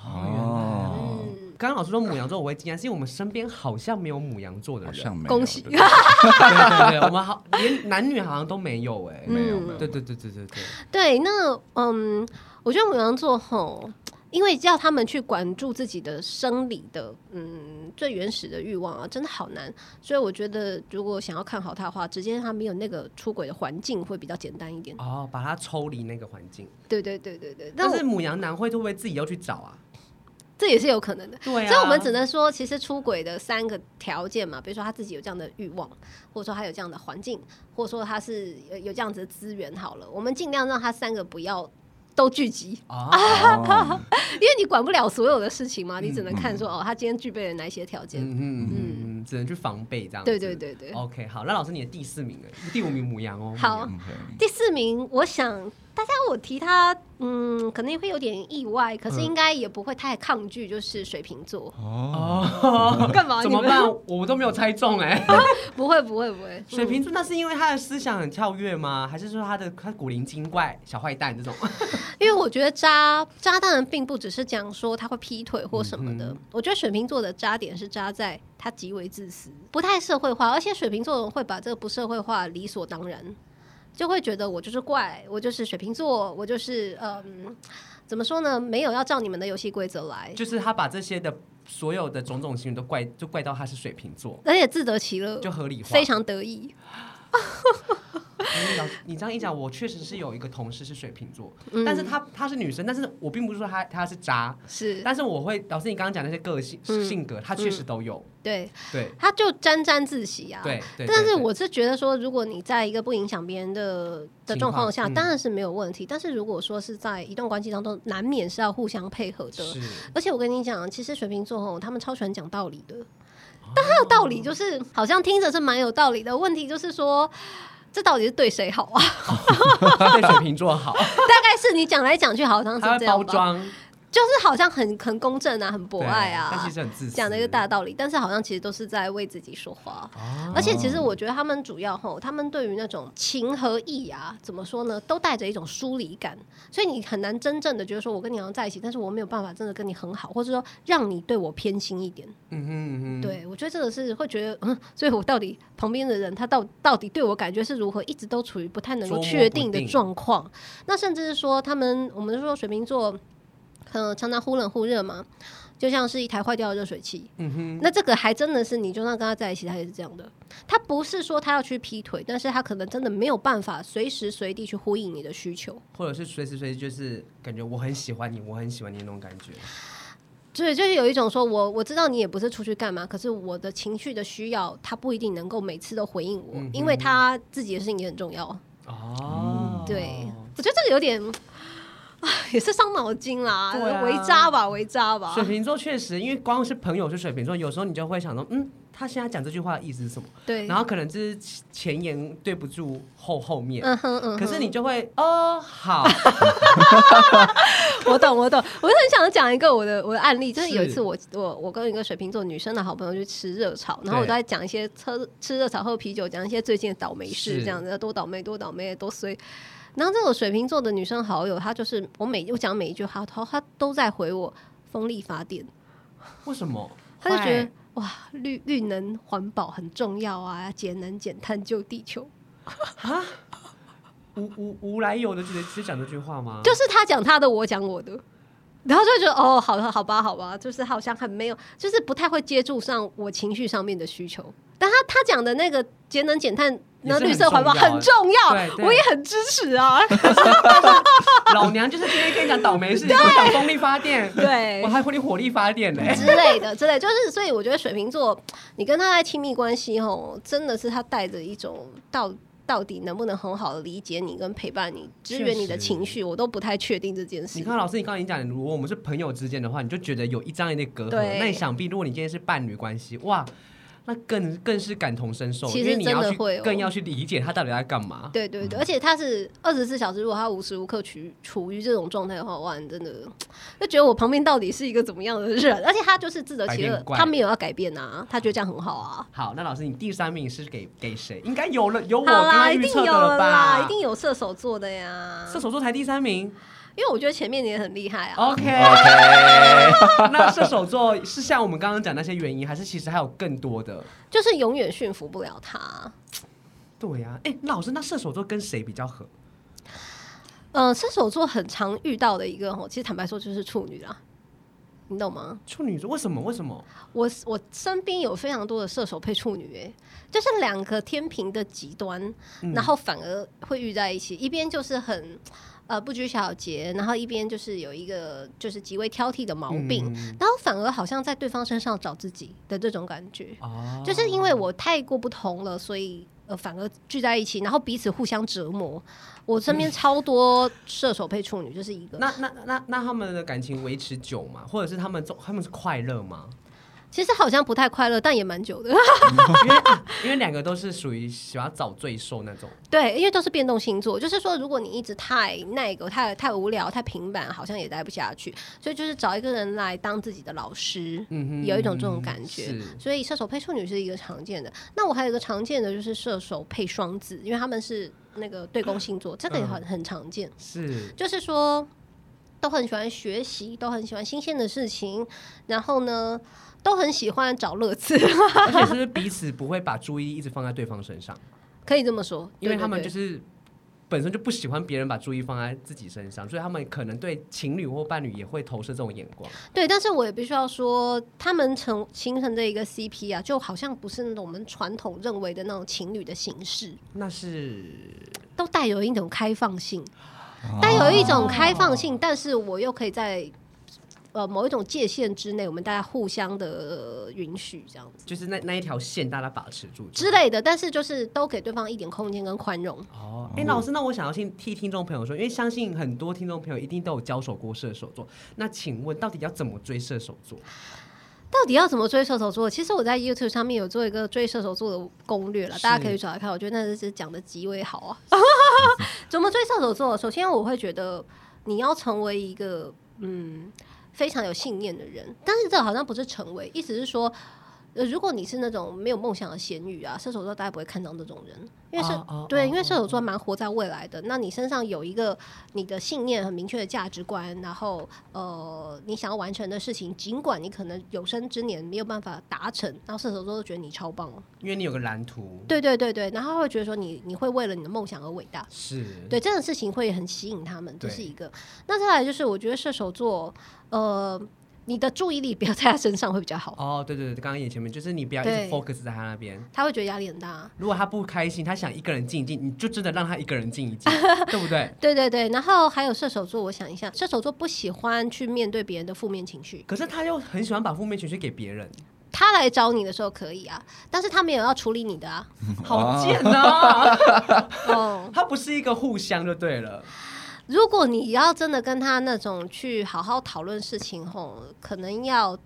Speaker 2: 哦，
Speaker 3: 嗯，
Speaker 1: 刚刚老师说母羊座我会惊讶，是因为我们身边好像没有母羊座的
Speaker 2: 好
Speaker 1: 人，
Speaker 2: 像没有
Speaker 3: 恭喜
Speaker 2: 对不对
Speaker 1: 对 对对，我们好连男女好像都没有哎、
Speaker 2: 没有
Speaker 3: 嗯
Speaker 2: 没有
Speaker 1: 对对对对对对，
Speaker 3: 对，那嗯，我觉得母羊座吼。因为叫他们去管住自己的生理的，嗯，最原始的欲望啊，真的好难。所以我觉得，如果想要看好他的话，直接让他没有那个出轨的环境会比较简单一点。
Speaker 1: 哦，把它抽离那个环境。
Speaker 3: 对对对对对，但
Speaker 1: 但是
Speaker 3: 是
Speaker 1: 母羊男会会不会自己要去找啊？
Speaker 3: 这也是有可能的。
Speaker 1: 对啊，
Speaker 3: 所以我们只能说，其实出轨的三个条件嘛，比如说他自己有这样的欲望，或者说他有这样的环境，或者说他是有有这样子的资源。好了，我们尽量让他三个不要都聚集，
Speaker 1: 啊，
Speaker 2: 哦
Speaker 3: 因为你管不了所有的事情嘛，你只能看说哦，他今天具备了哪些条件。
Speaker 1: 嗯哦嗯嗯，只能去防备这样子。
Speaker 3: 对对对对。
Speaker 1: OK，好，那老师你的第四名哎，第五名母羊哦。
Speaker 3: 好
Speaker 1: 母羊
Speaker 2: OK
Speaker 3: 第四名，我想大家我提他，嗯，可能会有点意外，可
Speaker 1: 嗯
Speaker 3: 是应该也不会太抗拒，就是水瓶 座。
Speaker 2: 哦，
Speaker 1: 哦，
Speaker 3: 干嘛？
Speaker 1: 怎
Speaker 3: 你
Speaker 1: 么
Speaker 3: 们
Speaker 1: 办？我都没有猜中哎。
Speaker 3: 不会不会不会，
Speaker 1: 水瓶座那是因为他的思想很跳跃吗？还是说他的他古灵精怪、小坏蛋这种？
Speaker 3: 因为我觉得渣渣当然并不只是讲说他会劈腿或什么的，
Speaker 1: 嗯
Speaker 3: 我觉得水瓶座的渣点是渣在他极为自私，不太社会化，而且水瓶座人会把这个不社会化理所当然，就会觉得我就是怪，我就是水瓶座，我就是嗯，怎么说呢？没有要照你们的游戏规则来，
Speaker 1: 就是他把这些的所有的种种行为都怪，就怪到他是水瓶座，
Speaker 3: 而且自得其乐，
Speaker 1: 就合理化。
Speaker 3: 非常得意。
Speaker 1: 哎老你这样一讲，我确实是有一个同事是水瓶座，
Speaker 3: 嗯
Speaker 1: 但是她她是女生，但是我并不是说她她是渣，
Speaker 3: 是
Speaker 1: 但是我会老师你刚刚讲那些个性、
Speaker 3: 嗯
Speaker 1: 性格，她确实都有，
Speaker 3: 对，
Speaker 1: 对
Speaker 3: 他就沾沾自喜啊。
Speaker 1: 对对。
Speaker 3: 但是
Speaker 1: 对
Speaker 3: 我是觉得说，如果你在一个不影响别人的的
Speaker 1: 情
Speaker 3: 状况
Speaker 1: 况
Speaker 3: 下，
Speaker 1: 嗯
Speaker 3: 当然是没有问题。但是如果说是在一段关系当中，难免是要互相配合
Speaker 1: 对
Speaker 3: 的。
Speaker 1: 是
Speaker 3: 而且我跟你讲，其实水瓶座哦，他们超喜欢讲道理的，
Speaker 1: 哦
Speaker 3: 但他的道理就是好像听着是蛮有道理的，问题就是说。这到底是对谁好啊？
Speaker 1: 对水瓶座好，
Speaker 3: 大概是你讲来讲去，好像
Speaker 1: 他
Speaker 3: 是
Speaker 1: 会
Speaker 3: 这
Speaker 1: 包
Speaker 3: 样吧，
Speaker 1: 装，
Speaker 3: 就是好像很很公正啊，很博
Speaker 1: 对
Speaker 3: 爱
Speaker 1: 但
Speaker 3: 啊
Speaker 1: 其，实很自私，
Speaker 3: 讲了一个大道理，但是好像其实都是在为自己说话。
Speaker 1: 哦，
Speaker 3: 而且其实我觉得他们主要吼，他们对于那种情和义啊，怎么说呢，都带着一种疏离感，所以你很难真正的觉得说我跟你好像在一起，但是我没有办法真的跟你很好，或者说让你对我偏心一点。
Speaker 1: 嗯哼嗯哼，
Speaker 3: 对我觉得这个是会觉得，嗯，所以我到底旁边的人他到到底对我感觉是如何，一直都处于不太能够
Speaker 1: 捉摸
Speaker 3: 确
Speaker 1: 不
Speaker 3: 定的
Speaker 1: 定
Speaker 3: 状况。那甚至是说他们，我们说水瓶座，呃，常常忽冷忽热嘛，就像是一台坏掉的热水器。
Speaker 1: 嗯哼，
Speaker 3: 那这个还真的是，你就算跟他在一起，他也是这样的。他不是说他要去劈腿，但是他可能真的没有办法随时随地去呼应你的需求。
Speaker 1: 或者是随时随地就是感觉我很喜欢你，我很喜欢你那种感觉，
Speaker 3: 对，就是有一种说我我知道你也不是出去干嘛，可是我的情绪的需要，他不一定能够每次都回应我，
Speaker 1: 嗯哼
Speaker 3: 因为他自己的事情也很重要啊。
Speaker 1: 哦，
Speaker 3: 对，我觉得这个有点。啊，也是伤脑筋啦，
Speaker 1: 对啊
Speaker 3: 为渣吧，为渣吧
Speaker 1: 水，瓶座确实，因为光是朋友是水瓶座，有时候你就会想说，嗯，他现在讲这句话的意思是什么？
Speaker 3: 对，
Speaker 1: 然后可能就是前言对不住后后面，
Speaker 3: 嗯哼嗯哼，
Speaker 1: 可是你就会哦 好，
Speaker 3: 我懂，我懂，我很想讲一个我的我的案例，就是
Speaker 1: 是
Speaker 3: 有一次我我我跟一个水瓶座女生的好朋友去吃热炒，然后我
Speaker 1: 对
Speaker 3: 都在讲一些吃吃热炒喝啤酒，讲一些最近的倒霉事，
Speaker 1: 是
Speaker 3: 这样子多倒霉多倒霉多衰。然后这个水瓶座的女生好友，她就是我每我讲每一句话，她她都在回我风力发电，
Speaker 1: 为什么？
Speaker 3: 他就觉得嗯
Speaker 4: 会
Speaker 3: 哇，绿绿能环保很重要啊，节能减碳救地球，
Speaker 1: 无无无来由的直接直接讲这句话吗？
Speaker 3: 就是他讲他的，我讲我的。然后就觉得哦，好好吧，好吧，就是好像很没有，就是不太会接触上我情绪上面的需求。但他他讲的那个节能减碳，
Speaker 1: 也
Speaker 3: 然
Speaker 1: 是
Speaker 3: 后绿
Speaker 1: 很
Speaker 3: 色环保
Speaker 1: 重要
Speaker 3: 很重
Speaker 1: 对
Speaker 3: 要，
Speaker 1: 对
Speaker 3: 我也很支持 啊。
Speaker 1: 老娘就是今天跟你讲倒霉事，你跟我讲风力发电，
Speaker 3: 对
Speaker 1: 我还会火力发电呢、
Speaker 3: 之类的，之类的就是，所以我觉得水瓶座，你跟他在亲密关系吼，真的是他带着一种到到底能不能很好的理解你跟陪伴你、支援你的情绪，我都不太确定这件事
Speaker 1: 你。看，老师，你刚刚已经讲，如果我们是朋友之间的话，你就觉得有一张一的隔阂
Speaker 3: 对。
Speaker 1: 那你想必，如果你今天是伴侣关系，哇，那更更是感同身受，
Speaker 3: 其
Speaker 1: 因
Speaker 3: 实
Speaker 1: 为你要
Speaker 3: 真的
Speaker 1: 去
Speaker 3: 会哦
Speaker 1: 更要去理解他到底在干嘛。
Speaker 3: 对对对，而且他是二十四小时，如果他无时无刻处于处于这种状态的话，哇，你真的就觉得我旁边到底是一个怎么样的人？而且他就是自得其
Speaker 1: 百
Speaker 3: 乐
Speaker 1: 变，怪
Speaker 3: 他没有要改变啊，他觉得这样很好啊。
Speaker 1: 好，那老师，你第三名是给给谁？应该有了，哦有我
Speaker 3: 好
Speaker 1: 刚
Speaker 3: 啦，
Speaker 1: 刚
Speaker 3: 一
Speaker 1: 预
Speaker 3: 定
Speaker 1: 测
Speaker 3: 有
Speaker 1: 的了
Speaker 3: 了啦，
Speaker 1: 吧？
Speaker 3: 一定有射手座的呀。
Speaker 1: 射手座哦才第三名
Speaker 3: 因为我觉得前面你也很厉害啊。
Speaker 1: ，OK。
Speaker 2: OK，
Speaker 1: 那射手座是像我们刚刚讲那些原因，还是其实还有更多的？
Speaker 3: 就是永远驯服不了他。
Speaker 1: 对呀、哎、那老师，那射手座跟谁比较合？
Speaker 3: 呃，射手座很常遇到的一个吼，其实坦白说就是处女啦，你懂吗？
Speaker 1: 处女座？为什么？为什么？
Speaker 3: 我我身边有非常多的射手配处女、欸，就是两个天平的极端，
Speaker 1: 嗯
Speaker 3: 然后反而会遇在一起，一边就是很。呃，不拘小节，然后一边就是有一个就是极为挑剔的毛病，
Speaker 1: 嗯
Speaker 3: 然后反而好像在对方身上找自己的这种感觉。
Speaker 1: 哦
Speaker 3: 就是因为我太过不同了，所以呃反而聚在一起，然后彼此互相折磨。我身
Speaker 1: 嗯
Speaker 3: 边超多射手配处女，就是一个。
Speaker 1: 那那那那他们的感情维持久吗？或者是他们中他们是快乐吗？
Speaker 3: 其实好像不太快乐，但也蛮久的。
Speaker 1: 因为因为两个都是属于喜欢找罪受那种。
Speaker 3: 对，因为都是变动星座，就是说，如果你一直太那个、太太无聊、太平板，好像也待不下去。所以就是找一个人来当自己的老师，
Speaker 1: 嗯哼
Speaker 3: 有一种这种感觉。
Speaker 1: 是
Speaker 3: 所以射手配处女是一个常见的。那我还有一个常见的就是射手配双子，因为他们是那个对宫星座，这个也
Speaker 1: 嗯
Speaker 3: 很很常见。
Speaker 1: 是，
Speaker 3: 就是说都很喜欢学习，都很喜欢新鲜的事情，然后呢，都很喜欢找乐子，
Speaker 1: 而且是不是彼此不会把注意力一直放在对方身上？
Speaker 3: 可以这么说，
Speaker 1: 因为他们
Speaker 3: 对
Speaker 1: 就
Speaker 3: 对对
Speaker 1: 是本身就不喜欢别人把注意放在自己身上，所以他们可能对情侣或伴侣也会投射这种眼光。
Speaker 3: 对，但是我也必须要说，他们成形成的一个 CP 啊，就好像不是那种我们传统认为的那种情侣的形式，
Speaker 1: 那是
Speaker 3: 都带有一种开放性，带有一种开放性，但是我又可以在。呃，某一种界限之内，我们大家互相的、呃允许这样子
Speaker 1: 就是那那一条线，大家把持住
Speaker 3: 之。类的，但是就是都给对方一点空间跟宽容。
Speaker 1: 哦，哎、老师，那我想要先替听众朋友说，因为相信很多听众朋友一定都有交手过射手座，那请问到底要怎么追射手座？
Speaker 3: 到底要怎么追射手座？其实我在 YouTube 上面有做一个追射手座的攻略了，
Speaker 1: 是
Speaker 3: 大家可以找来看。我觉得那是讲的极为好啊。怎么追射手座？首先，我会觉得你要成为一个嗯非常有信念的人，但是这好像不是成为，意思是说。呃，如果你是那种没有梦想的咸鱼啊，射手座大家不会看上这种人，因为射、
Speaker 1: 哦哦
Speaker 3: 对，
Speaker 1: 哦
Speaker 3: 因为射手座蛮活在未来的。那你身上有一个你的信念很明确的价值观，然后呃，你想要完成的事情，尽管你可能有生之年没有办法达成，然后射手座都觉得你超棒哦。
Speaker 1: 因为你有个蓝图，
Speaker 3: 对对对对，然后他会觉得说你你会为了你的梦想而伟大。
Speaker 1: 是，
Speaker 3: 对这种事情会很吸引他们，
Speaker 1: 嗯
Speaker 3: 这
Speaker 1: 对
Speaker 3: 是一个。那再来就是，我觉得射手座，呃，你的注意力不要在他身上会比较好，
Speaker 1: 哦，对对对，刚刚也前面就是你不要一直
Speaker 3: 对
Speaker 1: focus 在他那边。
Speaker 3: 他会觉得压力很大。啊
Speaker 1: 如果他不开心，他想一个人静一静，你就真的让他一个人静一 静，对不对？
Speaker 3: 对对对，然后还有射手座，我想一下，射手座不喜欢去面对别人的负面情绪，
Speaker 1: 可是他又很喜欢把负面情绪给 别人，
Speaker 3: 他来找你的时候可以啊，但是他没有要处理你 的啊。
Speaker 1: 好贱 呐、
Speaker 3: 哦，
Speaker 1: 他不是一个互相就对了，
Speaker 3: 如果你要真的跟他那种去好好讨论事情吼，可能要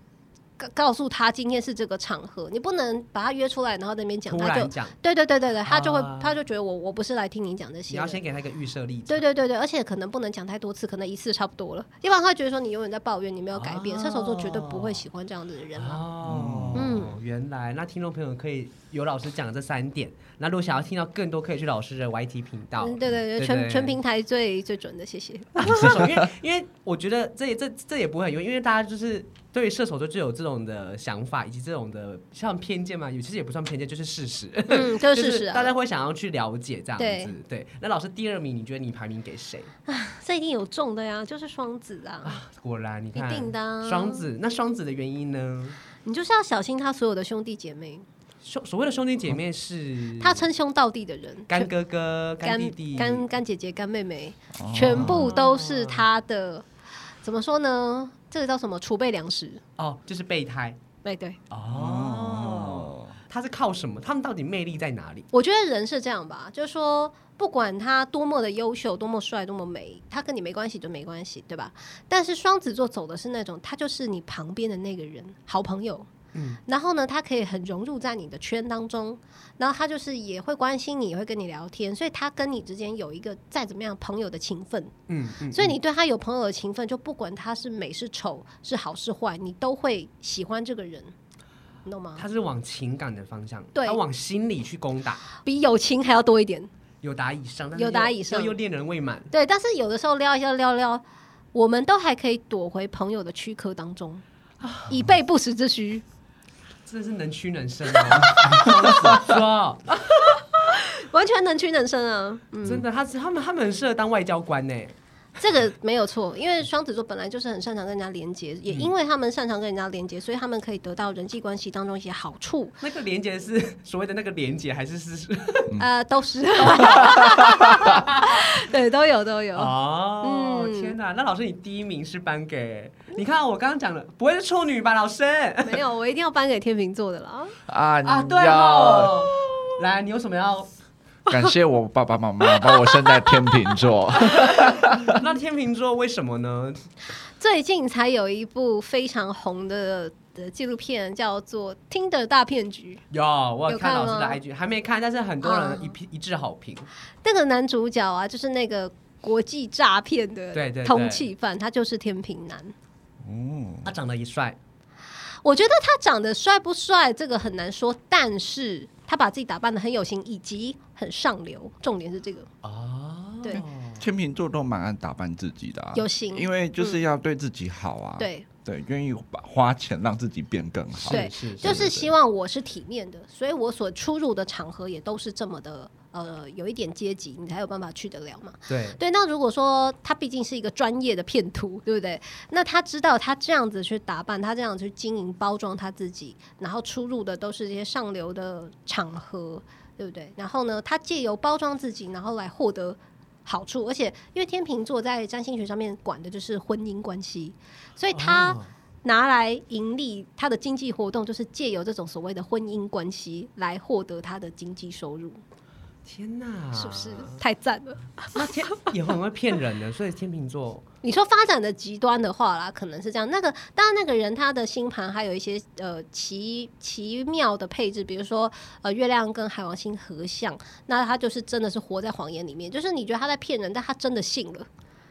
Speaker 3: 告告诉他今天是这个场合，你不能把他约出来，然后在那边讲，
Speaker 1: 突
Speaker 3: 他就
Speaker 1: 然讲，
Speaker 3: 对对对对对，他就会、
Speaker 1: 啊
Speaker 3: 他就觉得我我不是来听你讲这
Speaker 1: 你
Speaker 3: 些
Speaker 1: 要
Speaker 3: 的。
Speaker 1: 先给他一个预设立场。
Speaker 3: 对对对对，而且可能不能讲太多次，可能一次差不多了，要不然他会觉得说你永远在抱怨，你没有改变。
Speaker 1: 哦
Speaker 3: 射手座绝对不会喜欢这样子的人啊。
Speaker 1: 哦，
Speaker 3: 嗯
Speaker 1: 原来那听众朋友可以有老师讲这三点，那如果想要听到更多，可以去老师的 YT 频道。
Speaker 3: 嗯，对对对，
Speaker 1: 对
Speaker 3: 全
Speaker 1: 对
Speaker 3: 全平台 最最准的，谢谢。
Speaker 1: 射手，因为因为我觉得这也这这也不会很有，因为大家就是对于射手座就有这种的想法，以及这种的像偏见嘛，也其实也不算偏见，就是事实，
Speaker 3: 嗯，就是事实
Speaker 1: 大
Speaker 3: 啊，
Speaker 1: 家会想要去了解这样
Speaker 3: 对
Speaker 1: 子。对，那老师第二名，你觉得你排名给谁？
Speaker 3: 这一定有中的呀，就是双子啊，
Speaker 1: 果然，你
Speaker 3: 一
Speaker 1: 看，
Speaker 3: 定的啊
Speaker 1: 双子，那双子的原因呢？
Speaker 3: 你就是要小心他所有的兄弟姐妹，
Speaker 1: 兄所谓的兄弟姐妹是
Speaker 3: 他称兄道弟的人，
Speaker 1: 干
Speaker 3: 全
Speaker 1: 哥哥、干弟
Speaker 3: 干
Speaker 1: 弟、
Speaker 3: 干干姐姐、干妹妹，
Speaker 2: 哦
Speaker 3: 全部都是他的，怎么说呢？这个叫什么？储备粮食。
Speaker 1: 哦，就是备胎
Speaker 3: 哎，对，
Speaker 1: 哦。他是靠什么？他们到底魅力在哪里？
Speaker 3: 我觉得人是这样吧，就是说，不管他多么的优秀、多么帅、多么美，他跟你没关系就没关系，对吧？但是双子座走的是那种，他就是你旁边的那个人，好朋友。
Speaker 1: 嗯，
Speaker 3: 然后呢，他可以很融入在你的圈当中，然后他就是也会关心你，也会跟你聊天，所以他跟你之间有一个再怎么样朋友的情分。
Speaker 1: 嗯嗯，
Speaker 3: 所以你对他有朋友的情分，就不管他是美是丑，是好是坏，你都会喜欢这个人，你懂吗？
Speaker 1: 他是往情感的方向，
Speaker 3: 对
Speaker 1: 他往心里去攻打，
Speaker 3: 比友情还要多一点。
Speaker 1: 有达以上，但是
Speaker 3: 有达
Speaker 1: 又
Speaker 3: 以上
Speaker 1: 又又恋人未满，
Speaker 3: 对，但是有的时候撩一下撩撩，我们都还可以躲回朋友的躯壳当中，以备不时之需。
Speaker 1: 真的是能屈能伸啊 哦。说，
Speaker 3: 完全能屈能伸啊！
Speaker 1: 真的，他他们他们很适合当外交官呢。
Speaker 3: 这个没有错，因为双子座本来就是很擅长跟人家连接，也因为他们擅长跟人家连接，所以他们可以得到人际关系当中一些好处。
Speaker 1: 那个连接是 所谓的那个连接，还是是
Speaker 3: 呃，都 是，对，都有都有。
Speaker 1: 哦，
Speaker 3: 嗯
Speaker 1: 天哪！那老师，你第一名是颁给？你看啊我刚刚讲的，不会是处女吧，老师？
Speaker 3: 没有，我一定要颁给天秤座的啦。
Speaker 2: 啊
Speaker 1: 啊，对
Speaker 2: 要
Speaker 1: 哦。 来，你有什么要？
Speaker 2: 感谢我爸爸妈妈把我生在天秤座。
Speaker 1: 那天秤座为什么呢？
Speaker 3: 最近才有一部非常红的的纪录片，叫做《听的大骗局》。
Speaker 1: 有，我有
Speaker 3: 有
Speaker 1: 看
Speaker 3: 看
Speaker 1: 老师的
Speaker 3: 吗哦
Speaker 1: IG，还没看，但是很多人一批一致好评。
Speaker 3: 那个男主角啊，就是那个国际诈骗
Speaker 1: 对
Speaker 3: 的
Speaker 1: 对对
Speaker 3: 通缉犯，他就是天平男。
Speaker 2: 嗯，
Speaker 1: 他长得也帅，
Speaker 3: 我觉得他长得帅不帅，这个很难说，但是他把自己打扮的很有型，以及很上流，重点是这个
Speaker 1: 哦，
Speaker 3: 对
Speaker 2: 天秤座都蛮爱打扮自己的、啊，
Speaker 3: 有型。嗯
Speaker 2: 因为就是要对自己好啊。
Speaker 3: 对，
Speaker 2: 对，愿意把花钱让自己变更好。
Speaker 3: 对
Speaker 1: 是
Speaker 3: 就是是希望我是体面的，所以我所出入的场合也都是这么的，呃，有一点阶级，你才有办法去得了嘛。
Speaker 1: 对，
Speaker 3: 对，那如果说他毕竟是一个专业的骗徒，对不对？那他知道他这样子去打扮，他这样子去经营包装他自己，然后出入的都是这些上流的场合，对不对？然后呢，他借由包装自己，然后来获得。好处，而且因为天秤座在占星学上面管的就是婚姻关系，所以他
Speaker 1: 哦
Speaker 3: 拿来盈利，他的经济活动就是借由这种所谓的婚姻关系来获得他的经济收入，
Speaker 1: 天哪，
Speaker 3: 是不是
Speaker 1: 啊
Speaker 3: 太赞了？
Speaker 1: 那天也很会骗人的，所以天秤 座
Speaker 3: 你说发展的极端的话啦，可能是这样。那个当然，那个人他的星盘还有一些呃奇奇妙的配置，比如说呃月亮跟海王星合相，那他就是真的是活在谎言里面，就是你觉得他在骗人，但他真的信
Speaker 1: 哦
Speaker 3: 了，